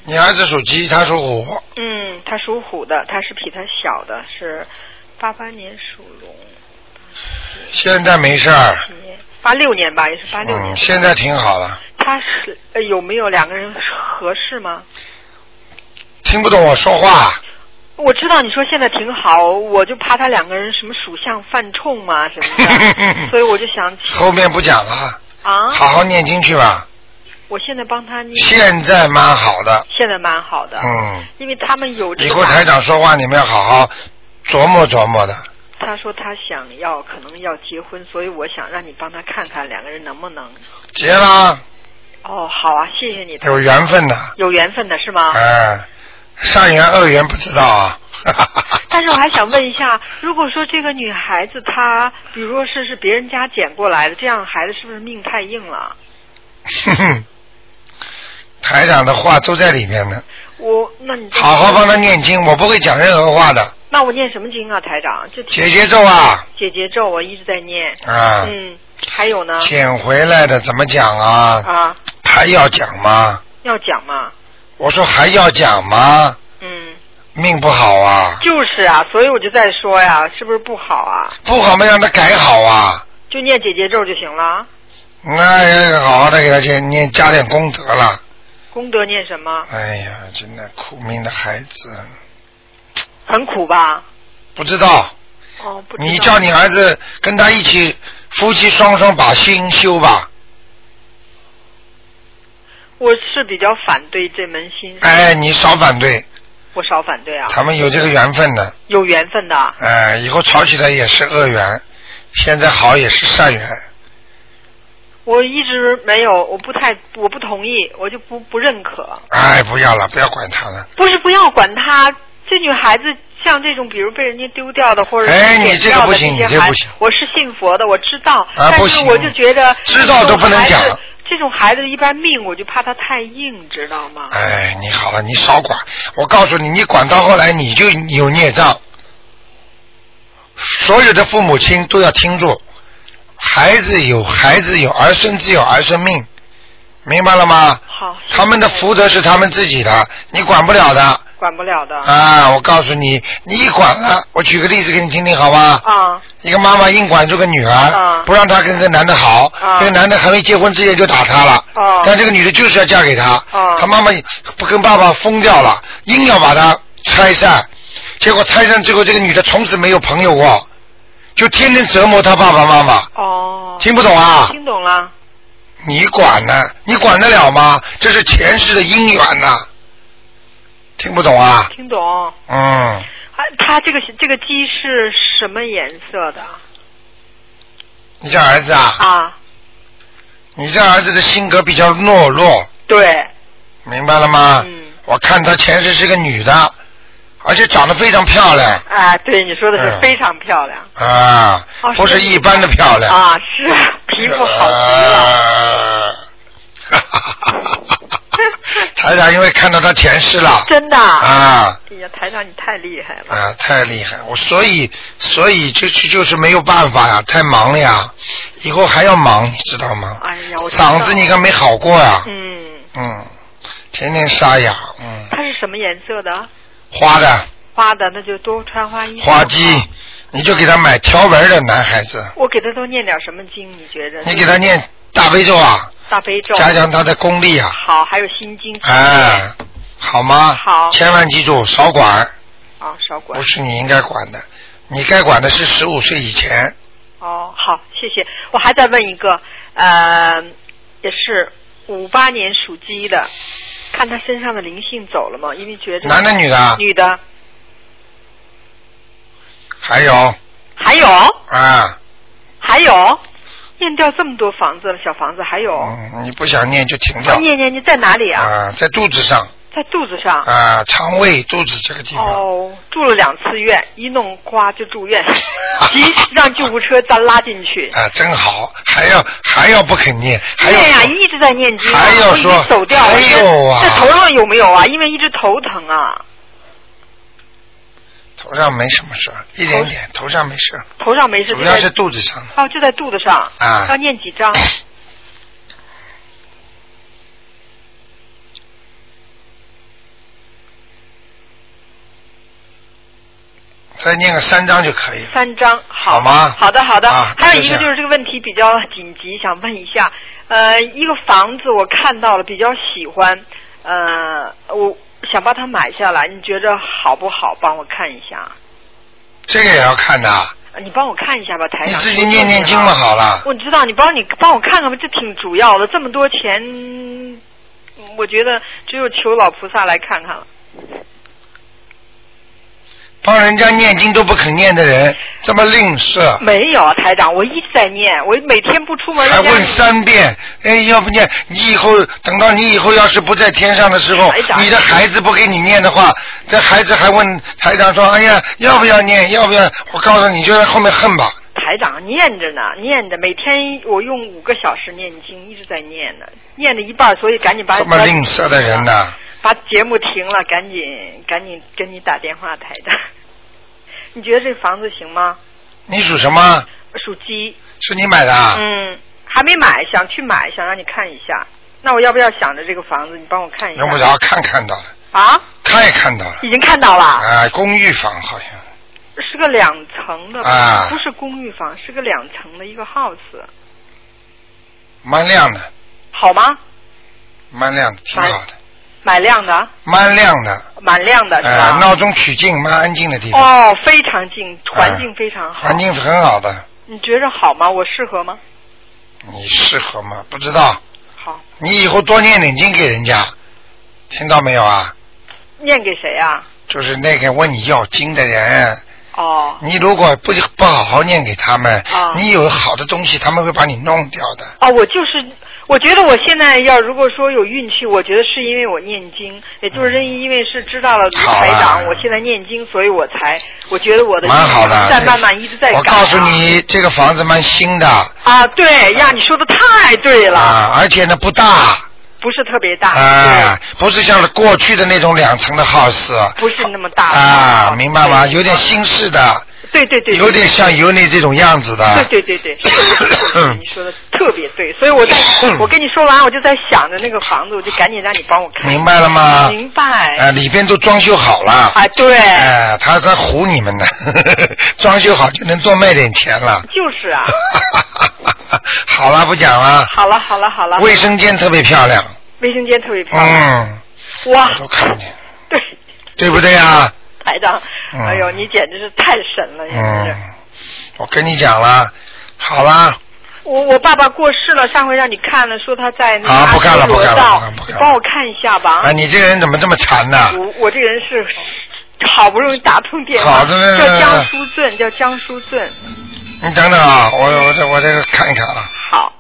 [SPEAKER 1] 你儿子属鸡，他属虎，
[SPEAKER 8] 嗯，他属虎的，他是比他小的，是八八年属龙，
[SPEAKER 1] 现在没事儿，
[SPEAKER 8] 八六年吧，也是八六年。
[SPEAKER 1] 嗯，现在挺好了。
[SPEAKER 8] 他是、呃、有没有两个人合适吗？
[SPEAKER 1] 听不懂我说话，
[SPEAKER 8] 我知道你说现在挺好，我就怕他两个人什么属相犯冲嘛什么的，
[SPEAKER 1] *laughs*
[SPEAKER 8] 所以我就想起
[SPEAKER 1] 后面不讲了，
[SPEAKER 8] 啊，
[SPEAKER 1] 好好念经去吧。
[SPEAKER 8] 我现在帮他念，
[SPEAKER 1] 现在蛮好的，
[SPEAKER 8] 现在蛮好的，
[SPEAKER 1] 嗯，
[SPEAKER 8] 因为他们有这
[SPEAKER 1] 以
[SPEAKER 8] 个
[SPEAKER 1] 后台长说话你们要好好琢磨琢磨的。
[SPEAKER 8] 他说他想要可能要结婚，所以我想让你帮他看看两个人能不能。
[SPEAKER 1] 结啦，
[SPEAKER 8] 哦，好啊，谢谢你。
[SPEAKER 1] 有缘分的，
[SPEAKER 8] 有缘分的是吗？
[SPEAKER 1] 哎，善缘恶缘不知道啊。 *laughs*
[SPEAKER 8] 但是我还想问一下，如果说这个女孩子她，比如说是是别人家捡过来的，这样孩子是不是命太硬了？
[SPEAKER 1] 哼哼，台长的话都在里面呢，
[SPEAKER 8] 我那你
[SPEAKER 1] 好好帮他。念经，我不会讲任何话的。
[SPEAKER 8] 那我念什么经啊，台长？就
[SPEAKER 1] 解结咒啊，
[SPEAKER 8] 解结咒，我一直在念。
[SPEAKER 1] 啊，
[SPEAKER 8] 嗯，还有呢？
[SPEAKER 1] 捡回来的怎么讲啊？
[SPEAKER 8] 啊，
[SPEAKER 1] 还要讲吗？
[SPEAKER 8] 要讲嘛。
[SPEAKER 1] 我说还要讲吗？
[SPEAKER 8] 嗯，
[SPEAKER 1] 命不好
[SPEAKER 8] *laughs*
[SPEAKER 1] 啊，
[SPEAKER 8] 就是啊，所以我就在说呀，是不是不好啊？
[SPEAKER 1] 不好嘛让他改好啊。
[SPEAKER 8] 就念解结咒就行了。
[SPEAKER 1] 那也好好的给他去念，加点功德了。
[SPEAKER 8] 功德念什么？
[SPEAKER 1] 哎呀，真的苦命的孩子，
[SPEAKER 8] 很苦吧？
[SPEAKER 1] 不知道。
[SPEAKER 8] 哦，不知道。
[SPEAKER 1] 你叫你儿子跟他一起，夫妻双双把心修吧。
[SPEAKER 8] 我是比较反对这门心思，
[SPEAKER 1] 哎，你少反对，
[SPEAKER 8] 我少反对啊。
[SPEAKER 1] 他们有这个缘分的。
[SPEAKER 8] 有缘分的啊，
[SPEAKER 1] 哎，以后吵起来也是恶缘，现在好也是善缘。
[SPEAKER 8] 我一直没有，我不太，我不同意，我就不不认可。
[SPEAKER 1] 哎，不要了，不要管他了。
[SPEAKER 8] 不是不要管她，这女孩子像这种，比如被人家丢掉的或者
[SPEAKER 1] 哎你这
[SPEAKER 8] 捡
[SPEAKER 1] 个
[SPEAKER 8] 掉
[SPEAKER 1] 不
[SPEAKER 8] 的
[SPEAKER 1] 行
[SPEAKER 8] 些
[SPEAKER 1] 你这个
[SPEAKER 8] 孩
[SPEAKER 1] 不
[SPEAKER 8] 子
[SPEAKER 1] 行，啊
[SPEAKER 8] 我是信佛的，我知道，但
[SPEAKER 1] 不
[SPEAKER 8] 是
[SPEAKER 1] 行
[SPEAKER 8] 我就觉得
[SPEAKER 1] 知道都不能讲
[SPEAKER 8] 这种孩子。这种孩子一般命，我就怕他太硬，知道吗？
[SPEAKER 1] 哎，你好了，你少管。我告诉你，你管到后来你就有孽障。所有的父母亲都要听住，孩子有孩子有，儿孙自有儿孙命，明白了吗？
[SPEAKER 8] 好，谢谢
[SPEAKER 1] 他们的福德是他们自己的，你管不了的
[SPEAKER 8] 管不了的
[SPEAKER 1] 啊！我告诉你，你一管了，我举个例子给你听听好吗？
[SPEAKER 8] 啊
[SPEAKER 1] 一个妈妈硬管住个女儿
[SPEAKER 8] 啊，
[SPEAKER 1] 不让她跟这个男的好
[SPEAKER 8] 啊，
[SPEAKER 1] 这个男的还没结婚之前就打她了
[SPEAKER 8] 哦，
[SPEAKER 1] 但这个女的就是要嫁给他
[SPEAKER 8] 哦，
[SPEAKER 1] 她妈妈不跟爸爸疯掉了，硬要把他拆散，结果拆散之后，这个女的从此没有朋友过，就天天折磨她爸爸妈妈，
[SPEAKER 8] 哦，
[SPEAKER 1] 听不懂啊？
[SPEAKER 8] 听懂了。
[SPEAKER 1] 你管呢？你管得了吗？这是前世的姻缘呐、听不懂啊？
[SPEAKER 8] 听懂。
[SPEAKER 1] 嗯，
[SPEAKER 8] 啊，它这个这个鸡是什么颜色的
[SPEAKER 1] 你这儿子啊，
[SPEAKER 8] 啊？
[SPEAKER 1] 你这儿子的性格比较懦弱，
[SPEAKER 8] 对，
[SPEAKER 1] 明白了吗？
[SPEAKER 8] 嗯
[SPEAKER 1] 我看他前世是个女的，而且长得非常漂亮
[SPEAKER 8] 啊，对，你说的
[SPEAKER 1] 嗯
[SPEAKER 8] 是非常漂亮、
[SPEAKER 1] 啊，
[SPEAKER 8] 哦
[SPEAKER 1] 不是
[SPEAKER 8] 是
[SPEAKER 1] 一般的漂亮，
[SPEAKER 8] 啊，是皮肤好极了。
[SPEAKER 1] 啊呃
[SPEAKER 8] *laughs*
[SPEAKER 1] 台长因为看到他前世了，
[SPEAKER 8] 真的啊！
[SPEAKER 1] 啊。
[SPEAKER 8] 哎呀，台长你太厉害了，
[SPEAKER 1] 啊，太厉害！我所以所以就就就是没有办法呀，太忙了呀，以后还要忙，你知道吗？
[SPEAKER 8] 哎呀，我知道
[SPEAKER 1] 嗓子你看没好过呀，
[SPEAKER 8] 嗯，
[SPEAKER 1] 嗯，天天沙哑，嗯，
[SPEAKER 8] 它是什么颜色的？
[SPEAKER 1] 花的
[SPEAKER 8] 花的，那就多穿花衣服。
[SPEAKER 1] 花鸡，你就给他买条纹的男孩子，
[SPEAKER 8] 我给他都念点什么经？你觉着？
[SPEAKER 1] 你给他念大悲咒啊，
[SPEAKER 8] 大悲咒，
[SPEAKER 1] 加强他的功力啊，
[SPEAKER 8] 好，还有心经
[SPEAKER 1] 哎，好吗？
[SPEAKER 8] 好
[SPEAKER 1] 千万记住少管，
[SPEAKER 8] 啊，少管
[SPEAKER 1] 不。是你应该管的，你该管的是十五岁以前，
[SPEAKER 8] 哦，好，谢谢。我还在问一个，呃，也是五八年属鸡的，看他身上的灵性走了吗？因为觉得
[SPEAKER 1] 男的女的啊
[SPEAKER 8] 女的，
[SPEAKER 1] 还有
[SPEAKER 8] 还有
[SPEAKER 1] 啊，
[SPEAKER 8] 还有，念掉这么多房子了，小房子还有，
[SPEAKER 1] 嗯，你不想念就停
[SPEAKER 8] 啊
[SPEAKER 1] 掉
[SPEAKER 8] 念念你在哪里啊？
[SPEAKER 1] 啊，在肚子上
[SPEAKER 8] 在肚子上。
[SPEAKER 1] 啊，肠胃肚子这个地方，
[SPEAKER 8] 哦，住了两次院，一弄瓜就
[SPEAKER 1] *laughs*
[SPEAKER 8] 住院，急让救护车咱拉进去。
[SPEAKER 1] 啊，真好，还要还要不肯念，还
[SPEAKER 8] 对
[SPEAKER 1] 要
[SPEAKER 8] 呀、
[SPEAKER 1] 说
[SPEAKER 8] 一直在念经啊，
[SPEAKER 1] 还要
[SPEAKER 8] 都已经
[SPEAKER 1] 说
[SPEAKER 8] 走掉了。
[SPEAKER 1] 还有啊
[SPEAKER 8] 这这头上有没有啊？因为一直头疼啊，
[SPEAKER 1] 头上没什么事儿，一点点，头上没事儿，
[SPEAKER 8] 头上没事。
[SPEAKER 1] 主要
[SPEAKER 8] 就是
[SPEAKER 1] 肚子上。
[SPEAKER 8] 哦，就在肚子上。
[SPEAKER 1] 啊
[SPEAKER 8] 要念几
[SPEAKER 1] *coughs*
[SPEAKER 8] 张？
[SPEAKER 1] 再念个三章就可以了。
[SPEAKER 8] 三张，好
[SPEAKER 1] 好吗
[SPEAKER 8] 好的，好的。
[SPEAKER 1] 啊
[SPEAKER 8] 还有一个
[SPEAKER 1] 就这样
[SPEAKER 8] 就是这个问题比较紧急，想问一下，呃，一个房子我看到了，比较喜欢，呃，我想把它买下来，你觉着好不好？帮我看一下，
[SPEAKER 1] 这个也要看的啊，
[SPEAKER 8] 呃你帮我看一下吧，台
[SPEAKER 1] 你
[SPEAKER 8] 上。
[SPEAKER 1] 自己念念经嘛，好了。
[SPEAKER 8] 我知道，你帮你帮我看看吧，这挺主要的，这么多钱，嗯我觉得只有求老菩萨来看看了。
[SPEAKER 1] 帮人家念经都不肯念的人，这么吝啬，
[SPEAKER 8] 没有，台长，我一直在念，我每天不出门。
[SPEAKER 1] 还
[SPEAKER 8] 人家
[SPEAKER 1] 问三遍，哎，要不念，你以后等到你以后要是不在天上的时候
[SPEAKER 8] 台，长
[SPEAKER 1] 你的孩子不给你念的话，这孩子还问台长说，哎呀，要不要念？要不要？我告诉你，就在后面恨吧。
[SPEAKER 8] 台长念着呢，念着，每天我用五个小时念经，一直在念呢，念了一半，所以赶紧把
[SPEAKER 1] 这么吝啬的人呐、
[SPEAKER 8] 把节目停了，赶紧赶紧跟你打电话，台长， *laughs* 你觉得这房子行吗？
[SPEAKER 1] 你属什么？
[SPEAKER 8] 属鸡，
[SPEAKER 1] 是你买的？啊？
[SPEAKER 8] 嗯，还没买，想去买，想让你看一下。那我要不要想着这个房子？你帮我看一下。
[SPEAKER 1] 用不着看看到了，
[SPEAKER 8] 啊，
[SPEAKER 1] 看也看到了。
[SPEAKER 8] 已经看到了，
[SPEAKER 1] 啊，公寓房好像
[SPEAKER 8] 是个两层的，
[SPEAKER 1] 啊
[SPEAKER 8] 不是公寓房，是个两层的一个 house，
[SPEAKER 1] 蛮亮的，
[SPEAKER 8] 好吗？
[SPEAKER 1] 蛮亮的，挺好的，
[SPEAKER 8] 买亮的，
[SPEAKER 1] 蛮亮的。
[SPEAKER 8] 蛮亮哎的，是吧？
[SPEAKER 1] 呃，闹中取静，蛮安静的地方，
[SPEAKER 8] 哦，非常近，环境非常好。
[SPEAKER 1] 环境很好的，
[SPEAKER 8] 你觉着好吗？我适合吗？
[SPEAKER 1] 你适合吗？不知道，
[SPEAKER 8] 好，
[SPEAKER 1] 你以后多念点经给人家，听到没有啊？
[SPEAKER 8] 念给谁啊？
[SPEAKER 1] 就是那个问你要经的人，
[SPEAKER 8] 哦，
[SPEAKER 1] 你如果不不好好念给他们，
[SPEAKER 8] 啊
[SPEAKER 1] 你有好的东西，他们会把你弄掉的。
[SPEAKER 8] 哦，我就是，我觉得我现在要如果说有运气，我觉得是因为我念经，也就是因为是知道了
[SPEAKER 1] 嗯
[SPEAKER 8] 卢
[SPEAKER 1] 好啊
[SPEAKER 8] 台长，我现在念经，所以我才我觉得我的
[SPEAKER 1] 蛮好的，
[SPEAKER 8] 在慢慢一直在改、啊。
[SPEAKER 1] 我告诉你，这个房子蛮新的
[SPEAKER 8] 啊，对呀，你说的太对了，
[SPEAKER 1] 啊，而且呢不大
[SPEAKER 8] 不是特别大，
[SPEAKER 1] 啊，不是像过去的那种两层的 house
[SPEAKER 8] 对不是那么大
[SPEAKER 1] 啊，明白吗？
[SPEAKER 8] 对
[SPEAKER 1] 有点新式的，
[SPEAKER 8] 对对对，对
[SPEAKER 1] 有点像尤内这种样子的。嗯
[SPEAKER 8] 对对对对，你说的特别对，所以我在我跟你说完，我就在想着那个房子，我就赶紧让你帮我看。
[SPEAKER 1] 明白了吗？
[SPEAKER 8] 明白。
[SPEAKER 1] 呃，里边都装修好了。
[SPEAKER 8] 啊，对，
[SPEAKER 1] 哎，他在唬你们呢， *laughs* 装修好就能多卖点钱了。
[SPEAKER 8] 就是
[SPEAKER 1] *laughs*
[SPEAKER 8] 啊。
[SPEAKER 1] 好了，不讲了。
[SPEAKER 8] 好了好了好了，
[SPEAKER 1] 卫生间特别漂亮，
[SPEAKER 8] 卫生间特别漂亮，
[SPEAKER 1] 嗯，
[SPEAKER 8] 哇
[SPEAKER 1] 我，都看见，
[SPEAKER 8] 对，
[SPEAKER 1] 对不对啊？
[SPEAKER 8] 台长，
[SPEAKER 1] 嗯
[SPEAKER 8] 哎呦，你简直是太神了，简直
[SPEAKER 1] 嗯
[SPEAKER 8] 是。，
[SPEAKER 1] 我跟你讲了，好啦，
[SPEAKER 8] 我我爸爸过世了，上回让你看了，说他在那个
[SPEAKER 1] 啊
[SPEAKER 8] 阿
[SPEAKER 1] 不看了
[SPEAKER 8] 修罗
[SPEAKER 1] 不看了
[SPEAKER 8] 道
[SPEAKER 1] 不看了不看了
[SPEAKER 8] 你帮我看一下吧。
[SPEAKER 1] 啊，你这个人怎么这么馋呢？
[SPEAKER 8] 我我这个人是好不容易打通电话，
[SPEAKER 1] 好的嗯
[SPEAKER 8] 叫江
[SPEAKER 1] 来
[SPEAKER 8] 书正，叫江书正，
[SPEAKER 1] 你等等啊，我我这我这个看一看啊，
[SPEAKER 8] 好。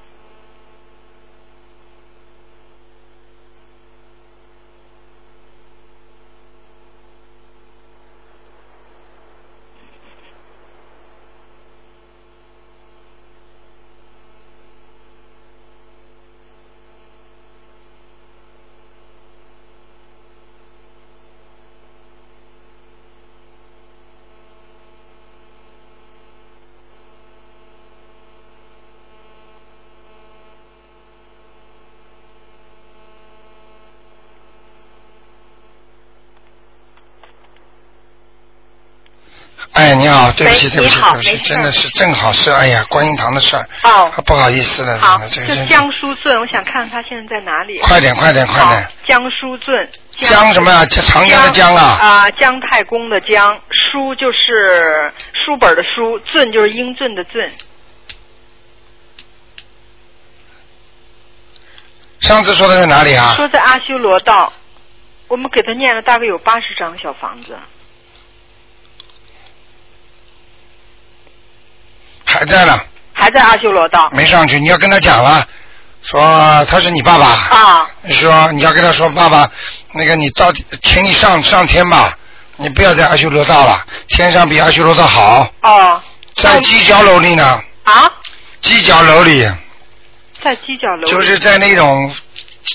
[SPEAKER 1] 哎，你好，对不起
[SPEAKER 3] 喂
[SPEAKER 1] 对不起
[SPEAKER 3] 你好
[SPEAKER 1] 对不起
[SPEAKER 3] 没，事
[SPEAKER 1] 真的是正好是哎呀，观音堂的事儿，
[SPEAKER 8] 哦
[SPEAKER 1] 啊，不好意思了，
[SPEAKER 8] 好
[SPEAKER 1] 真，的这
[SPEAKER 8] 这
[SPEAKER 1] 个真是
[SPEAKER 8] 江书正，我想看看他现在在哪里。啊
[SPEAKER 1] 快点快点快
[SPEAKER 8] 好
[SPEAKER 1] 点，，
[SPEAKER 8] 江书正，
[SPEAKER 1] 江什么呀？这长江的江啊，
[SPEAKER 8] 啊、姜太公的姜，书就是书本的书，俊就是英俊的俊。
[SPEAKER 1] 上次说的在哪里啊？啊
[SPEAKER 8] 说在阿修罗道，我们给他念了大概有八十张小房子，
[SPEAKER 1] 还在呢，
[SPEAKER 8] 还在阿修罗道。
[SPEAKER 1] 没上去。你要跟他讲了，说他是你爸爸。
[SPEAKER 3] 哦
[SPEAKER 8] 啊。
[SPEAKER 1] 说你要跟他说，爸爸，那个你到，请你上上天吧，你不要在阿修罗道了，天上比阿修罗道好，
[SPEAKER 8] 哦，
[SPEAKER 1] 在犄角楼里呢，
[SPEAKER 8] 啊，
[SPEAKER 1] 犄角楼里
[SPEAKER 8] 在犄角楼里。
[SPEAKER 1] 就是在那种，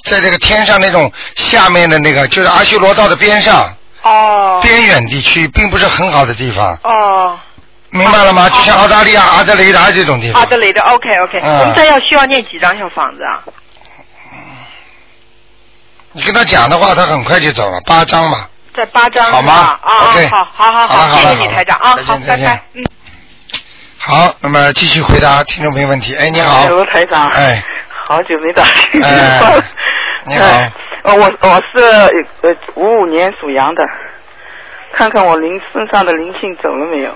[SPEAKER 1] 在这个天上那种下面的那个，就是阿修罗道的边上
[SPEAKER 8] 哦
[SPEAKER 1] 边远地区，并不是很好的地方，
[SPEAKER 8] 哦，
[SPEAKER 1] 明白了吗？
[SPEAKER 8] 啊
[SPEAKER 1] 就像澳大利亚阿德雷达这种地
[SPEAKER 8] 阿
[SPEAKER 1] 方，
[SPEAKER 8] 德雷德，OK OK，、
[SPEAKER 1] 嗯
[SPEAKER 8] 我们再要需要念几张小房子啊？
[SPEAKER 1] 你跟他讲的话，他很快就走了，八张嘛。
[SPEAKER 8] 在八张
[SPEAKER 1] 好吗
[SPEAKER 8] 啊啊，
[SPEAKER 1] OK
[SPEAKER 8] 好好好
[SPEAKER 1] 好了好
[SPEAKER 8] 谢
[SPEAKER 1] 了
[SPEAKER 8] 谢
[SPEAKER 1] 好
[SPEAKER 8] 你
[SPEAKER 1] 了
[SPEAKER 8] 台长啊
[SPEAKER 1] 再，见
[SPEAKER 8] 好，
[SPEAKER 1] 再
[SPEAKER 8] 拜
[SPEAKER 1] 见
[SPEAKER 8] 拜，嗯。
[SPEAKER 1] 好，那么继续回答听众朋友问题。哎，你好
[SPEAKER 9] 哎，罗台长，
[SPEAKER 1] 哎，
[SPEAKER 9] 好久没打进去
[SPEAKER 1] 哎
[SPEAKER 9] *laughs* 了。
[SPEAKER 1] 你好，
[SPEAKER 9] 呃，我我是呃五五年属羊的，看看我灵身上的灵性走了没有？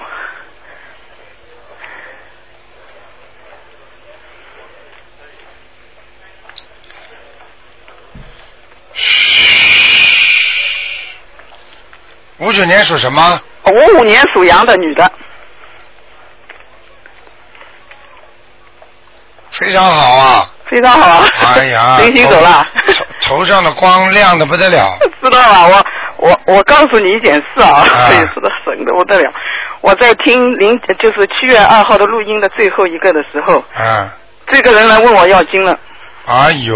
[SPEAKER 1] 五九年属什么？
[SPEAKER 9] 五五年属羊的女的，
[SPEAKER 1] 非常好啊！
[SPEAKER 9] 非常好啊。 *laughs*
[SPEAKER 1] 哎呀，
[SPEAKER 9] 灵性走了，
[SPEAKER 1] 头，头头上的光亮的不得了。
[SPEAKER 9] *laughs* 知道了。我我我告诉你一件事啊，
[SPEAKER 1] 啊
[SPEAKER 9] *laughs* 这也是的，神的不得了。我在听零就是七月二号的录音的最后一个的时候，
[SPEAKER 1] 啊，
[SPEAKER 9] 这个人来问我要经了。
[SPEAKER 1] 哎呦，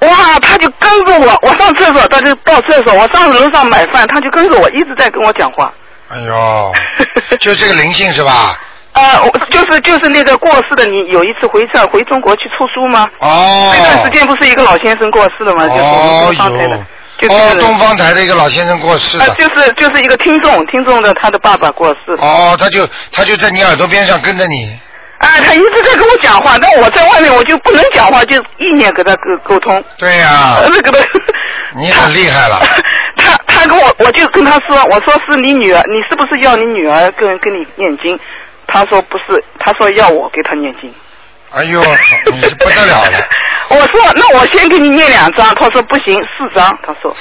[SPEAKER 9] 哇，他就跟着我，我上厕所，他就到厕所，我上楼上买饭，他就跟着我，一直在跟我讲话。
[SPEAKER 1] 哎
[SPEAKER 9] *laughs*
[SPEAKER 1] 呦，就这个灵性是吧？
[SPEAKER 9] 呃，我就是就是那个过世的，你有一次回上回中国去出书吗？
[SPEAKER 1] 哦，
[SPEAKER 9] 那段时间不是一个老先生过世了吗？就是
[SPEAKER 1] 哦
[SPEAKER 9] 我们东方台的，就
[SPEAKER 1] 呦，
[SPEAKER 9] 是
[SPEAKER 1] 哦，东方台的一个老先生过世
[SPEAKER 9] 啊、
[SPEAKER 1] 了。
[SPEAKER 9] 就是就是一个听众，听众的他的爸爸过世。
[SPEAKER 1] 哦，他就他就在你耳朵边上跟着你。
[SPEAKER 9] 啊，他一直在跟我讲话，但我在外面我就不能讲话，就意念跟他沟沟通。
[SPEAKER 1] 对哎呀、
[SPEAKER 9] 呃，那个的，
[SPEAKER 1] 你很厉
[SPEAKER 9] *laughs*
[SPEAKER 1] 害了。
[SPEAKER 9] 他他跟我，我就跟他说，我说是你女儿，你是不是要你女儿跟跟你念经？他说不是，他说要我给他念经。
[SPEAKER 1] 哎呦，你是不得了了。
[SPEAKER 9] 我说那我先给你念两张，他说不行，四张，他说。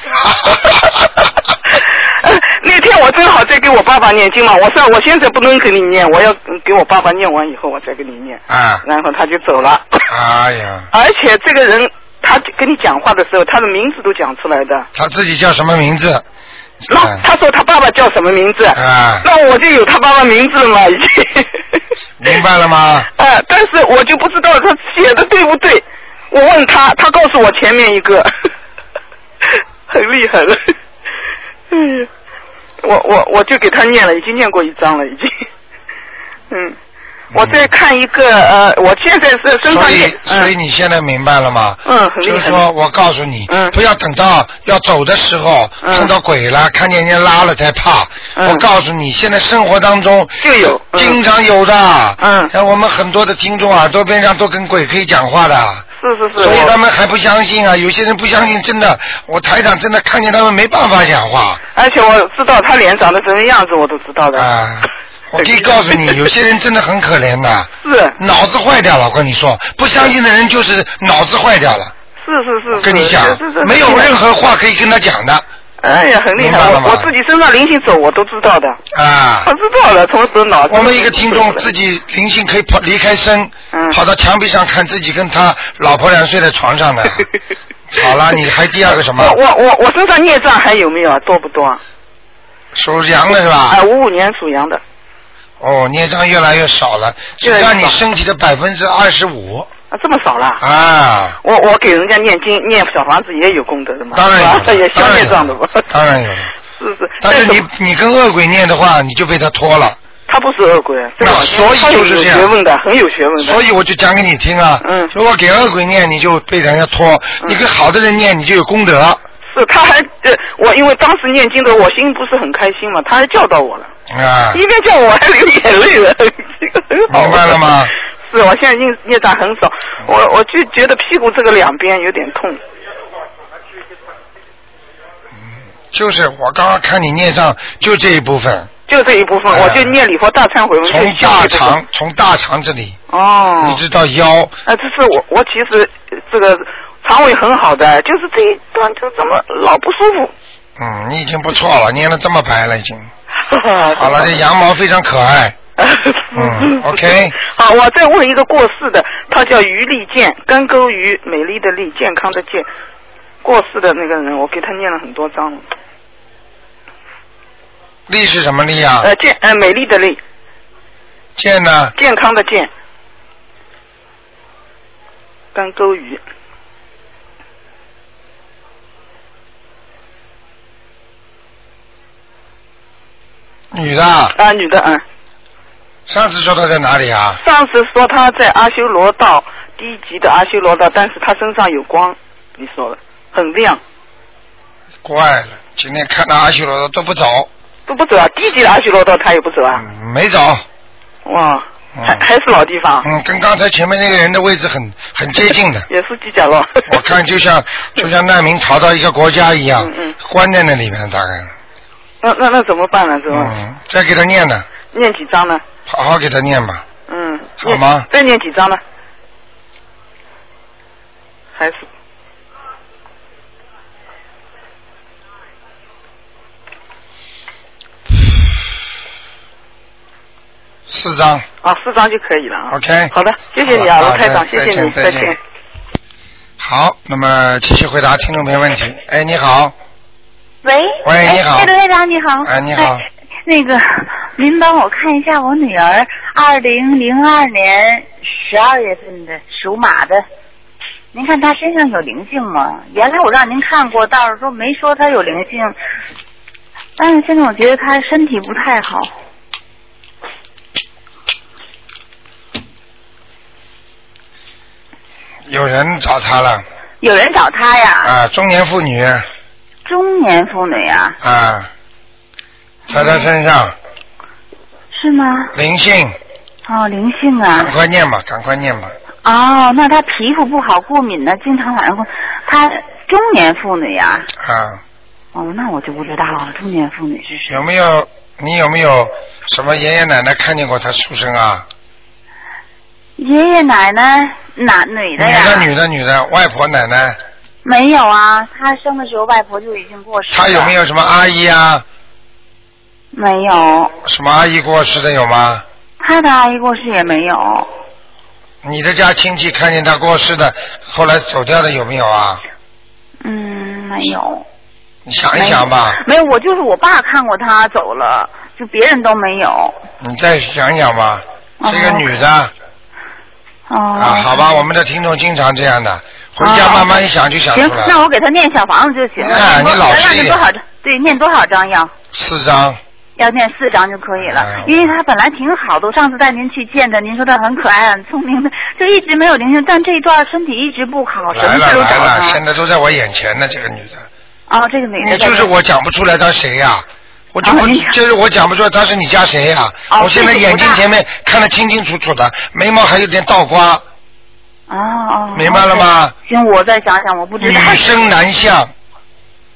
[SPEAKER 9] *laughs* 呃那天我正好在给我爸爸念经嘛，我说我现在不能给你念，我要嗯给我爸爸念完以后我再给你念， *laughs*
[SPEAKER 1] 啊，
[SPEAKER 9] 然后他就走了。
[SPEAKER 1] 哎呀，
[SPEAKER 9] 而且这个人他跟你讲话的时候，他的名字都讲出来的，
[SPEAKER 1] 他自己叫什么名字？
[SPEAKER 9] 然后他说他爸爸叫什么名字，
[SPEAKER 1] 啊，
[SPEAKER 9] 那我就有他爸爸名字了嘛，已经。
[SPEAKER 1] 明白了吗？
[SPEAKER 9] 啊，但是我就不知道他写的对不对。我问他，他告诉我前面一个， *laughs* 很厉害了。哎呀，我我我就给他念了，已经念过一章了，已经。嗯，我在看一个呃，我现在是身
[SPEAKER 1] 所
[SPEAKER 9] 上
[SPEAKER 1] 以
[SPEAKER 9] 念，，
[SPEAKER 1] 所以你现在明白了吗？
[SPEAKER 9] 嗯，很厉
[SPEAKER 1] 就是
[SPEAKER 9] 害。
[SPEAKER 1] 说我告诉你，
[SPEAKER 9] 嗯
[SPEAKER 1] 不要等到要走的时候
[SPEAKER 9] 嗯
[SPEAKER 1] 碰到鬼了，看见人家拉了才怕。
[SPEAKER 9] 嗯
[SPEAKER 1] 我告诉你，现在生活当中
[SPEAKER 9] 就有嗯
[SPEAKER 1] 经常有的。
[SPEAKER 9] 嗯
[SPEAKER 1] 像我们很多的听众耳朵边上都跟鬼可以讲话的，
[SPEAKER 9] 是是是，
[SPEAKER 1] 所以
[SPEAKER 9] 我
[SPEAKER 1] 他们还不相信啊。有些人不相信，真的，我台长真的看见他们没办法讲话
[SPEAKER 9] 而且我知道他脸长得什么样子，我都知道的。
[SPEAKER 1] 啊。我可以告诉你，有些人真的很可怜的，
[SPEAKER 9] *laughs* 是
[SPEAKER 1] 脑子坏掉了。我跟你说，不相信的人就是脑子坏掉了。
[SPEAKER 9] 是是是，
[SPEAKER 1] 我跟你讲
[SPEAKER 9] 是是是，
[SPEAKER 1] 没有任何话可以跟他讲的
[SPEAKER 9] *laughs* 哎呀，很厉
[SPEAKER 1] 明白
[SPEAKER 9] 害，
[SPEAKER 1] 了吗
[SPEAKER 9] 我我自己身上灵性走，我都知道的，
[SPEAKER 1] 啊
[SPEAKER 9] 我。知道了，从头脑。
[SPEAKER 1] 我们一个听众自己灵性可以跑离开身，
[SPEAKER 9] 嗯
[SPEAKER 1] 跑到墙壁上看自己跟他老婆俩睡在床上
[SPEAKER 9] *laughs*
[SPEAKER 1] 的。好了，你还第二个什么
[SPEAKER 9] 我？我我我身上孽障还有没有啊？多不多啊？
[SPEAKER 1] 属羊的是吧
[SPEAKER 9] 啊，？五五年属羊的，
[SPEAKER 1] 哦，孽障越来越少了，只
[SPEAKER 9] 越来越少
[SPEAKER 1] 占你身体的百分之二十五
[SPEAKER 9] 啊，这么少啦？
[SPEAKER 1] 啊。
[SPEAKER 9] 我我给人家念经念小房子也有功德的嘛，
[SPEAKER 1] 当然有
[SPEAKER 9] 是吧
[SPEAKER 1] 了
[SPEAKER 9] 也消
[SPEAKER 1] 当然
[SPEAKER 9] 孽
[SPEAKER 1] 有
[SPEAKER 9] 障的
[SPEAKER 1] 了
[SPEAKER 9] 嘛，
[SPEAKER 1] *laughs* 当然有了。
[SPEAKER 9] 是是。
[SPEAKER 1] 但是你
[SPEAKER 9] 么
[SPEAKER 1] 你跟恶鬼念的话，你就被他拖了。
[SPEAKER 9] 他不是恶鬼，这个
[SPEAKER 1] 那
[SPEAKER 9] 老先生
[SPEAKER 1] 所以就是
[SPEAKER 9] 他有
[SPEAKER 1] 这样
[SPEAKER 9] 学问的，很有学问的。
[SPEAKER 1] 所以我就讲给你听啊，
[SPEAKER 9] 嗯
[SPEAKER 1] 如果给恶鬼念，你就被人家拖；你给好的人念，你就有功德。
[SPEAKER 9] 是他还呃，我因为当时念经的，我心不是很开心嘛，他还教导我了。
[SPEAKER 1] 啊，
[SPEAKER 9] 一边叫我还流眼泪了， *laughs* 这个很好。
[SPEAKER 1] 明白了吗？
[SPEAKER 9] 是，我现在孽孽障很少，我我就觉得屁股这个两边有点痛。
[SPEAKER 1] 就是我刚刚看你孽障就这一部分，
[SPEAKER 9] 就这一部分，
[SPEAKER 1] 哎
[SPEAKER 9] 我就念礼佛大忏悔文。
[SPEAKER 1] 从
[SPEAKER 9] 嗯就
[SPEAKER 1] 大
[SPEAKER 9] 这一部分
[SPEAKER 1] 肠从大肠这里一
[SPEAKER 9] 哦，
[SPEAKER 1] 直到腰，
[SPEAKER 9] 啊，这是我我其实呃这个肠胃很好的，就是这一都上就怎么老不舒服。
[SPEAKER 1] 嗯，你已经不错了，捏的这么白了已经。 *laughs* 好
[SPEAKER 9] 好
[SPEAKER 1] 了，这羊毛非常可
[SPEAKER 9] *laughs*
[SPEAKER 1] 爱。嗯，OK，
[SPEAKER 9] 好，啊我再问一个过世的，他叫于丽健，干沟鱼，美丽的丽，健康的健。过世的那个人，我给他念了很多章了。
[SPEAKER 1] 力是什么力啊？
[SPEAKER 9] 呃，健呃，美丽的丽，
[SPEAKER 1] 健呢？
[SPEAKER 9] 健康的健，干沟鱼。
[SPEAKER 1] 女的啊。
[SPEAKER 9] 啊，女的，嗯。
[SPEAKER 1] 上次说她在哪里啊？
[SPEAKER 9] 上次说他在阿修罗道低级的阿修罗道，但是他身上有光，你说了，很亮，
[SPEAKER 1] 怪了，今天看到阿修罗的都不走，
[SPEAKER 9] 都不走啊，低级的阿修罗道他也不走啊，
[SPEAKER 1] 没走。
[SPEAKER 9] 哇，
[SPEAKER 1] 还
[SPEAKER 9] 还是老地方。
[SPEAKER 1] 嗯，跟刚才前面那个人的位置很很接近的。
[SPEAKER 9] *laughs* 也是犄角咯。
[SPEAKER 1] *laughs* 我看就
[SPEAKER 9] *laughs*
[SPEAKER 1] 像就像难民逃到一个国家一样，
[SPEAKER 9] 嗯
[SPEAKER 1] 关在那里面大概。
[SPEAKER 9] 那那那怎么办呢？是吧？
[SPEAKER 1] 嗯，再给他念呢，
[SPEAKER 9] 念几张呢？
[SPEAKER 1] 好好给他念吧。
[SPEAKER 9] 嗯，
[SPEAKER 1] 好吗
[SPEAKER 9] 念再念几张呢？还是
[SPEAKER 1] 四张。
[SPEAKER 9] 啊，四张就可以了啊。
[SPEAKER 1] OK。
[SPEAKER 9] 好的，谢谢你啊，
[SPEAKER 1] 好
[SPEAKER 9] 罗
[SPEAKER 1] 好
[SPEAKER 9] 台长，
[SPEAKER 1] 再
[SPEAKER 9] 谢谢你，
[SPEAKER 1] 再见再见
[SPEAKER 9] 见。
[SPEAKER 1] 好，那么继续回答听众朋友问题。哎，你好，
[SPEAKER 10] 喂，
[SPEAKER 1] 喂
[SPEAKER 10] 哎
[SPEAKER 1] 你好
[SPEAKER 10] 哎，刘台长你好，
[SPEAKER 1] 哎，你好，
[SPEAKER 10] 那个，您帮我看一下我女儿，二零零二年十二月份的，属马的，您看她身上有灵性吗？原来我让您看过，倒是说没说她有灵性，但是现在我觉得她身体不太好。
[SPEAKER 1] 有人找他了
[SPEAKER 10] 有人找她呀，
[SPEAKER 1] 啊，中年妇女
[SPEAKER 10] 中年妇女啊，
[SPEAKER 1] 啊，在他身上
[SPEAKER 10] 是吗？
[SPEAKER 1] 灵性，
[SPEAKER 10] 哦，灵性啊
[SPEAKER 1] 赶，快念吧，赶快念吧。
[SPEAKER 10] 哦，那她皮肤不好，过敏呢，经常晚上过，她中年妇女呀、
[SPEAKER 1] 啊，
[SPEAKER 10] 哦，那我就不知道了，中年妇女是谁？
[SPEAKER 1] 有没有你有没有什么爷爷奶奶看见过他出生啊？
[SPEAKER 10] 爷爷奶奶男女
[SPEAKER 1] 女
[SPEAKER 10] 的呀？
[SPEAKER 1] 的女的女的，外婆奶奶，
[SPEAKER 10] 没有啊，他生的时候外婆就已经过世了。
[SPEAKER 1] 他有没有什么阿姨啊？
[SPEAKER 10] 没有，
[SPEAKER 1] 什么阿姨过世的有吗？
[SPEAKER 10] 他的阿姨过世也没有。
[SPEAKER 1] 你的家亲戚看见他过世的，后来走掉的有没有啊？
[SPEAKER 10] 嗯，没有。
[SPEAKER 1] 你想一想吧，
[SPEAKER 10] 没有，我就是我爸看过他走了，就别人都没有。
[SPEAKER 1] 你再想一想吧。
[SPEAKER 10] 哦
[SPEAKER 1] 这个女的
[SPEAKER 10] 哦。
[SPEAKER 1] 啊，好吧，我们的听众经常这样的，回家慢慢一想就想
[SPEAKER 10] 行
[SPEAKER 1] 出来，
[SPEAKER 10] 那我给他念小房子就行了。
[SPEAKER 1] 哎你老
[SPEAKER 10] 让
[SPEAKER 1] 实一
[SPEAKER 10] 你
[SPEAKER 1] 点
[SPEAKER 10] 多少张？对，念多少张要？
[SPEAKER 1] 四张。
[SPEAKER 10] 要念四张就可以了，
[SPEAKER 1] 哎
[SPEAKER 10] 因为他本来挺好的。我上次带您去见的，您说他很可爱、很聪明的，就一直没有灵性，但这一段身体一直不好，哦什
[SPEAKER 1] 来
[SPEAKER 10] 么
[SPEAKER 1] 了
[SPEAKER 10] 事都
[SPEAKER 1] 来
[SPEAKER 10] 找
[SPEAKER 1] 了，
[SPEAKER 10] 他。
[SPEAKER 1] 现在都在我眼前呢，这个女的，
[SPEAKER 10] 啊，这个女的。
[SPEAKER 1] 你就是我讲不出来她谁呀、我就不，就是我讲不出来她是你家谁呀、
[SPEAKER 10] 哦
[SPEAKER 1] 我现在
[SPEAKER 10] 岁数
[SPEAKER 1] 眼睛
[SPEAKER 10] 不大
[SPEAKER 1] 前面看得清清楚楚的，眉毛还有点倒刮，
[SPEAKER 10] 哦哦。
[SPEAKER 1] 明白了吗？
[SPEAKER 10] 行，我再想想，我不知
[SPEAKER 1] 女
[SPEAKER 10] 道。
[SPEAKER 1] 生男相，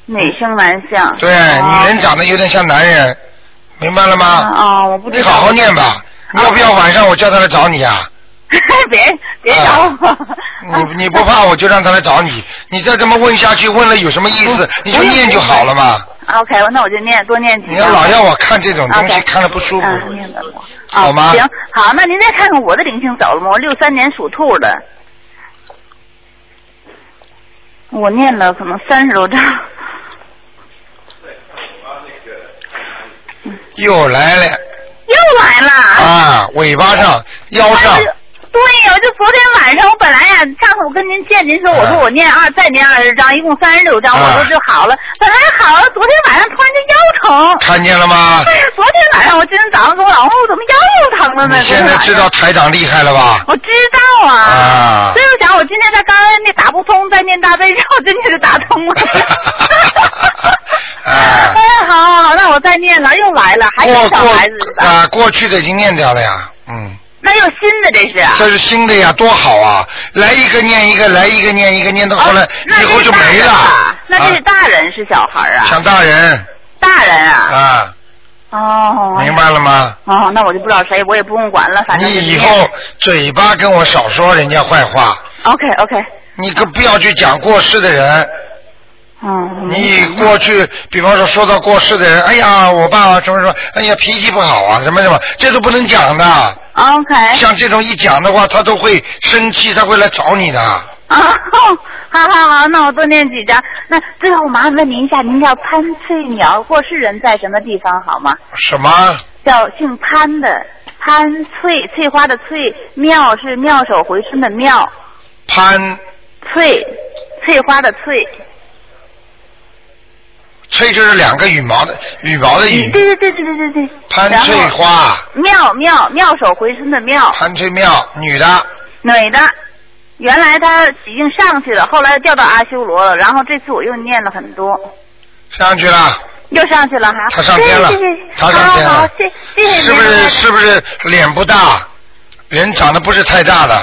[SPEAKER 10] 女生男相。
[SPEAKER 1] 对，
[SPEAKER 10] 哦
[SPEAKER 1] 女人长得有点像男人，明白了吗？
[SPEAKER 10] 啊，我不知
[SPEAKER 1] 你
[SPEAKER 10] 道。哦
[SPEAKER 1] 好好念吧，你要不要晚上我叫他来找你啊？
[SPEAKER 10] *laughs* 别别找我。啊
[SPEAKER 1] 你你不怕我就让他来找你，你再这么问下去，问了有什么意
[SPEAKER 10] 嗯
[SPEAKER 1] 思？你就念就好了嘛。
[SPEAKER 10] OK，那我就念多念几张。
[SPEAKER 1] 你要老让我看这种东西，
[SPEAKER 10] OK
[SPEAKER 1] 看了不舒服，
[SPEAKER 10] 嗯念吧哦
[SPEAKER 1] 好吗？
[SPEAKER 10] 行，好，那您再看看我的灵性走了吗？我六三年属兔的，我念了可能三十多张。 *laughs*
[SPEAKER 1] 又来了
[SPEAKER 10] 又来了。
[SPEAKER 1] 啊，尾巴上、腰上，
[SPEAKER 10] 哎对呀，我就昨天晚上，我本来呀、上次我跟您见您说，我
[SPEAKER 1] 嗯
[SPEAKER 10] 说我念二，再念二十张，一共三十六张，我说就好了。本来好了，昨天晚上突然就腰疼。
[SPEAKER 1] 看见了吗
[SPEAKER 10] 哎呀，昨天晚上我今天早上跟我老公说，我怎么腰又疼了呢？
[SPEAKER 1] 你现在知道台长厉害了吧？
[SPEAKER 10] 我知道啊，
[SPEAKER 1] 啊
[SPEAKER 10] 所以我想，我今天才刚刚那打不通，再念大悲咒，今天就打
[SPEAKER 1] *laughs*
[SPEAKER 10] 通了。 *laughs* 哎，好好好，那我再念了，又来了，还有
[SPEAKER 1] 过
[SPEAKER 10] 小
[SPEAKER 1] 过
[SPEAKER 10] 孩子是吧？
[SPEAKER 1] 啊，过去的已经念掉了呀，嗯，
[SPEAKER 10] 那又新的这是啊？
[SPEAKER 1] 这是新的呀，多好啊！来一个念一个，来一个念一个，念到后来
[SPEAKER 10] 哦那
[SPEAKER 1] 以
[SPEAKER 10] 这
[SPEAKER 1] 后
[SPEAKER 10] 是
[SPEAKER 1] 就
[SPEAKER 10] 大
[SPEAKER 1] 没
[SPEAKER 10] 人
[SPEAKER 1] 了。
[SPEAKER 10] 啊那这是大人是小孩啊？
[SPEAKER 1] 像大人
[SPEAKER 10] 大人啊？
[SPEAKER 1] 啊，
[SPEAKER 10] 哦，
[SPEAKER 1] 明白了吗？
[SPEAKER 10] 哦，那我就不知道谁，我也不用管了，反正
[SPEAKER 1] 你
[SPEAKER 10] 就是
[SPEAKER 1] 以
[SPEAKER 10] 念
[SPEAKER 1] 后嘴巴跟我少说人家坏话，
[SPEAKER 10] OK OK
[SPEAKER 1] 你可不要去讲过世的人。
[SPEAKER 10] 嗯，
[SPEAKER 1] 你过去，比方说说到过世的人，哎呀，我爸爸什么什么，哎呀，脾气不好啊，什么什么，这都不能讲的。
[SPEAKER 10] OK。
[SPEAKER 1] 像这种一讲的话，他都会生气，他会来找你的。
[SPEAKER 10] 啊， *laughs* 好好好，那我多念几张。那最后麻烦问您一下，您叫潘翠鸟，过世人在什么地方好吗？
[SPEAKER 1] 什么？
[SPEAKER 10] 叫姓潘的潘翠，翠花的翠，妙是妙手回春的妙，
[SPEAKER 1] 潘
[SPEAKER 10] 翠翠花的翠。
[SPEAKER 1] 翠就是两个羽毛的羽毛的羽，
[SPEAKER 10] 对对对对对对对。
[SPEAKER 1] 潘
[SPEAKER 10] 然后
[SPEAKER 1] 翠花。
[SPEAKER 10] 妙妙妙手回春的妙。
[SPEAKER 1] 潘翠妙，女的。
[SPEAKER 10] 女的，原来她已经上去了，后来掉到阿修罗了，然后这次我又念了很多，
[SPEAKER 1] 上去了，
[SPEAKER 10] 又上去了哈。
[SPEAKER 1] 她上天了
[SPEAKER 10] 对对对，
[SPEAKER 1] 她上天
[SPEAKER 10] 好啊好
[SPEAKER 1] 了，
[SPEAKER 10] 谢谢谢您。啊
[SPEAKER 1] 是不是？是不是脸不大，人长得不是太大的，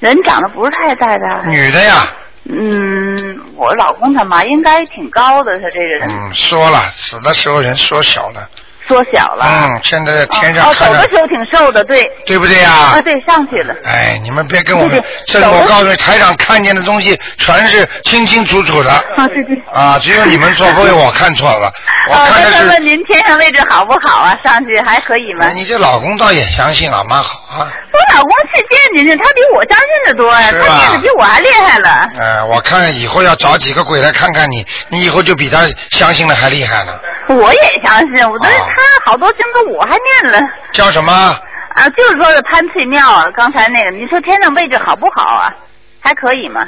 [SPEAKER 10] 人长得不是太大的。
[SPEAKER 1] 女的呀，
[SPEAKER 10] 嗯，我老公他妈应该挺高的，他这个人
[SPEAKER 1] 嗯，说了，死的时候人缩小了，
[SPEAKER 10] 缩小了。
[SPEAKER 1] 嗯，现在天
[SPEAKER 10] 哦
[SPEAKER 1] 上看
[SPEAKER 10] 哦，走
[SPEAKER 1] 着
[SPEAKER 10] 的，时候挺瘦的，对。
[SPEAKER 1] 对不对呀
[SPEAKER 10] 啊，对，上去了。
[SPEAKER 1] 哎，你们别跟我
[SPEAKER 10] 对
[SPEAKER 1] 们
[SPEAKER 10] 对，
[SPEAKER 1] 这
[SPEAKER 10] 走
[SPEAKER 1] 我
[SPEAKER 10] 的
[SPEAKER 1] 告诉你，台长看见的东西全是清清楚楚的，
[SPEAKER 10] 啊，对对。
[SPEAKER 1] 啊，只有你
[SPEAKER 10] *laughs*
[SPEAKER 1] 们做，不会我看错了，我
[SPEAKER 10] 哦，
[SPEAKER 1] 看的
[SPEAKER 10] 那他
[SPEAKER 1] 是，哎
[SPEAKER 10] 问您天上位置好不好啊？上去还可以吗？
[SPEAKER 1] 你这老公倒也相信啊，蛮好啊，
[SPEAKER 10] 我老公去见您去，他比我相信的多呀，
[SPEAKER 1] 是吧
[SPEAKER 10] 他念的比我还厉害了。
[SPEAKER 1] 呃，我看以后要找几个鬼来看看你，你以后就比他相信的还厉害呢。
[SPEAKER 10] 我也相信，我都是
[SPEAKER 1] 哦
[SPEAKER 10] 他好多经都我还念了
[SPEAKER 1] 叫什么？
[SPEAKER 10] 啊，就是说是潘翠妙啊，刚才那个，你说天上位置好不好啊？还可以吗？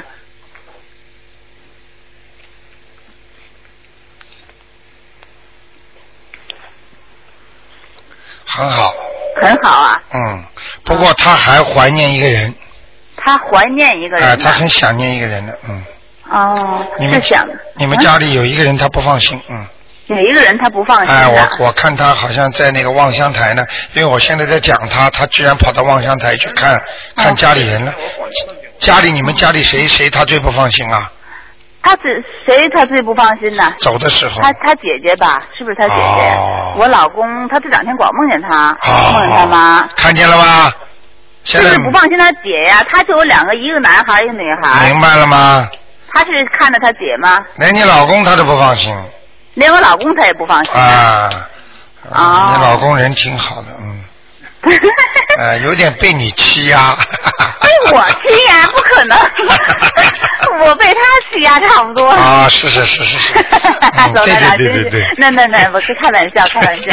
[SPEAKER 1] 很好，
[SPEAKER 10] 很好啊，
[SPEAKER 1] 嗯。不过他还怀念一个人，
[SPEAKER 10] 他怀念一个
[SPEAKER 1] 啊、
[SPEAKER 10] 人呢、
[SPEAKER 1] 他很想念一个人的，嗯。
[SPEAKER 10] 哦，
[SPEAKER 1] 你
[SPEAKER 10] 是
[SPEAKER 1] 们
[SPEAKER 10] 想啊
[SPEAKER 1] 你们家里有一个人他不放心，嗯。
[SPEAKER 10] 有一个人他不放心
[SPEAKER 1] 哎，
[SPEAKER 10] 啊的，
[SPEAKER 1] 我我看他好像在那个望乡台呢，因为我现在在讲他，他居然跑到望乡台去
[SPEAKER 10] 嗯
[SPEAKER 1] 看
[SPEAKER 10] 哦
[SPEAKER 1] 看家里人了。家里你们家里谁谁他最不放心啊？
[SPEAKER 10] 他只谁他最不放心呢？
[SPEAKER 1] 走的时候。
[SPEAKER 10] 他他姐姐吧，是不是他呃姐姐？
[SPEAKER 1] 哦
[SPEAKER 10] 我老公他这两天光梦见他，梦见他妈，
[SPEAKER 1] 看见了吧？现
[SPEAKER 10] 就
[SPEAKER 1] 在
[SPEAKER 10] 是不放啊心他姐呀。他就有两个，一个男孩，一个女孩。
[SPEAKER 1] 明白了吗？
[SPEAKER 10] 他是看着他姐吗？
[SPEAKER 1] 连你老公他都不放心
[SPEAKER 10] 连我老公他也不放心。
[SPEAKER 1] 啊。嗯
[SPEAKER 10] 哦
[SPEAKER 1] 你老公人挺好的，
[SPEAKER 10] *laughs*
[SPEAKER 1] 嗯。呃，有点被你欺压，
[SPEAKER 10] 被哎我欺
[SPEAKER 1] *laughs*
[SPEAKER 10] 压不可能，我被他欺压差不多。
[SPEAKER 1] 啊，是是是是是，嗯
[SPEAKER 10] *laughs* 走
[SPEAKER 1] 对
[SPEAKER 10] 了啦，
[SPEAKER 1] 对对对
[SPEAKER 10] 真是
[SPEAKER 1] 对，
[SPEAKER 10] 那那那，我是开玩笑，开玩笑。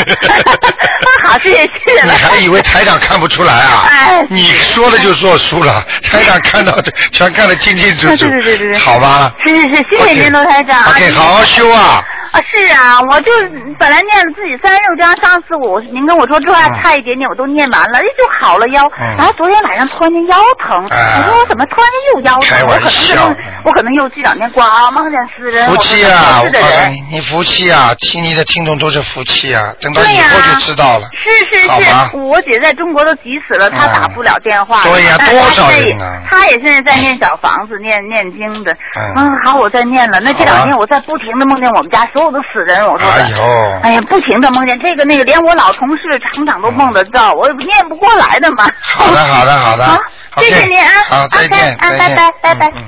[SPEAKER 10] 好，谢谢谢谢
[SPEAKER 1] 你
[SPEAKER 10] 了。
[SPEAKER 1] 还以为台长看不出来啊
[SPEAKER 10] *laughs* 哎？
[SPEAKER 1] 你说了就作数了，台长看到的全看得清 *laughs* 清楚楚，
[SPEAKER 10] *laughs* 啊对对对对对
[SPEAKER 1] 好吧
[SPEAKER 10] 是是是，谢谢您罗台长。
[SPEAKER 1] ？OK，好好修啊，
[SPEAKER 10] 啊，是啊，我就本来念了自己三十六章，上次我您跟我说这还
[SPEAKER 1] 嗯
[SPEAKER 10] 差一点点，我都念完了，哎，就好了腰。
[SPEAKER 1] 嗯
[SPEAKER 10] 然后昨天晚上突然间腰疼，
[SPEAKER 1] 啊
[SPEAKER 10] 我说我怎么突然间又腰疼
[SPEAKER 1] 开？
[SPEAKER 10] 我
[SPEAKER 1] 玩
[SPEAKER 10] 可能是
[SPEAKER 1] 笑
[SPEAKER 10] 我可能又这两天光梦见死人，
[SPEAKER 1] 福
[SPEAKER 10] 我
[SPEAKER 1] 气
[SPEAKER 10] 梦见
[SPEAKER 1] 啊！
[SPEAKER 10] 死
[SPEAKER 1] 我
[SPEAKER 10] 的
[SPEAKER 1] 告诉
[SPEAKER 10] 人。
[SPEAKER 1] 你，你福气啊，悉尼的听众都是福气啊，等到
[SPEAKER 10] 对
[SPEAKER 1] 以
[SPEAKER 10] 呀、
[SPEAKER 1] 后就知道了。
[SPEAKER 10] 是是
[SPEAKER 1] 好吧
[SPEAKER 10] 是，我姐在中国都急死了，她
[SPEAKER 1] 嗯
[SPEAKER 10] 打不了电话。
[SPEAKER 1] 对呀
[SPEAKER 10] 但是
[SPEAKER 1] 多少
[SPEAKER 10] 她现在
[SPEAKER 1] 人
[SPEAKER 10] 也
[SPEAKER 1] 呢
[SPEAKER 10] 她也现在在念小房子，念念经的。
[SPEAKER 1] 嗯
[SPEAKER 10] 好，我在念了。那这两
[SPEAKER 1] 好
[SPEAKER 10] 天
[SPEAKER 1] 啊
[SPEAKER 10] 我在不停的梦见我们家所有的死人，我说的。
[SPEAKER 1] 哎呦，
[SPEAKER 10] 哎呀，不停的梦见这个那个，连我老同事厂长都梦得到，我念不过来的嘛。
[SPEAKER 1] 嗯好的，好的，好的。
[SPEAKER 10] *laughs* 好
[SPEAKER 1] 好
[SPEAKER 10] 谢谢您啊
[SPEAKER 1] 好，再见，
[SPEAKER 10] 啊
[SPEAKER 1] 再见，
[SPEAKER 10] 拜拜拜拜
[SPEAKER 1] 嗯嗯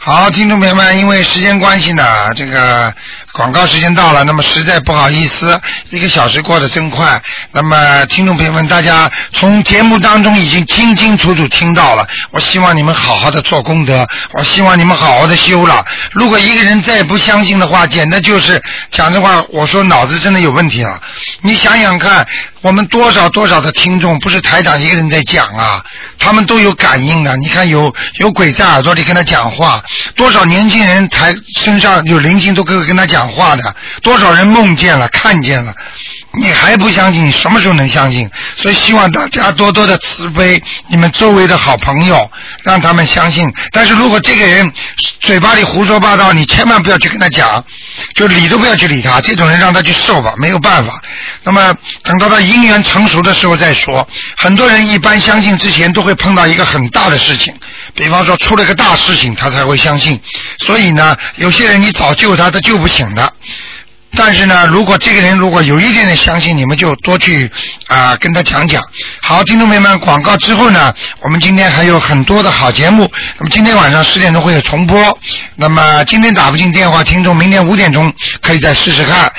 [SPEAKER 1] 好，听众朋友们，因为时间关系呢，这个广告时间到了，那么实在不好意思，一个小时过得真快。那么听众朋友们，大家从节目当中已经清清楚楚听到了，我希望你们好好的做功德，我希望你们好好的修了。如果一个人再不相信的话，简单就是讲这话，我说脑子真的有问题了。你想想看，我们多少多少的听众，不是台长一个人在讲啊，他们都有感应的。你看有有鬼在耳朵里跟他讲话，多少年轻人才身上有灵性都可以跟他讲话的，多少人梦见了看见了。你还不相信，你什么时候能相信？所以希望大家多多的慈悲，你们周围的好朋友，让他们相信。但是如果这个人嘴巴里胡说八道，你千万不要去跟他讲，就理都不要去理他。这种人让他去受吧，没有办法。那么等到他因缘成熟的时候再说。很多人一般相信之前都会碰到一个很大的事情，比方说出了个大事情，他才会相信。所以呢，有些人你早救他，他救不醒的。但是呢，如果这个人如果有一点点相信，你们就多去啊、跟他讲讲。好，听众朋友们，广告之后呢，我们今天还有很多的好节目。那么今天晚上十点钟会有重播。那么今天打不进电话，听众明天五点钟可以再试试看。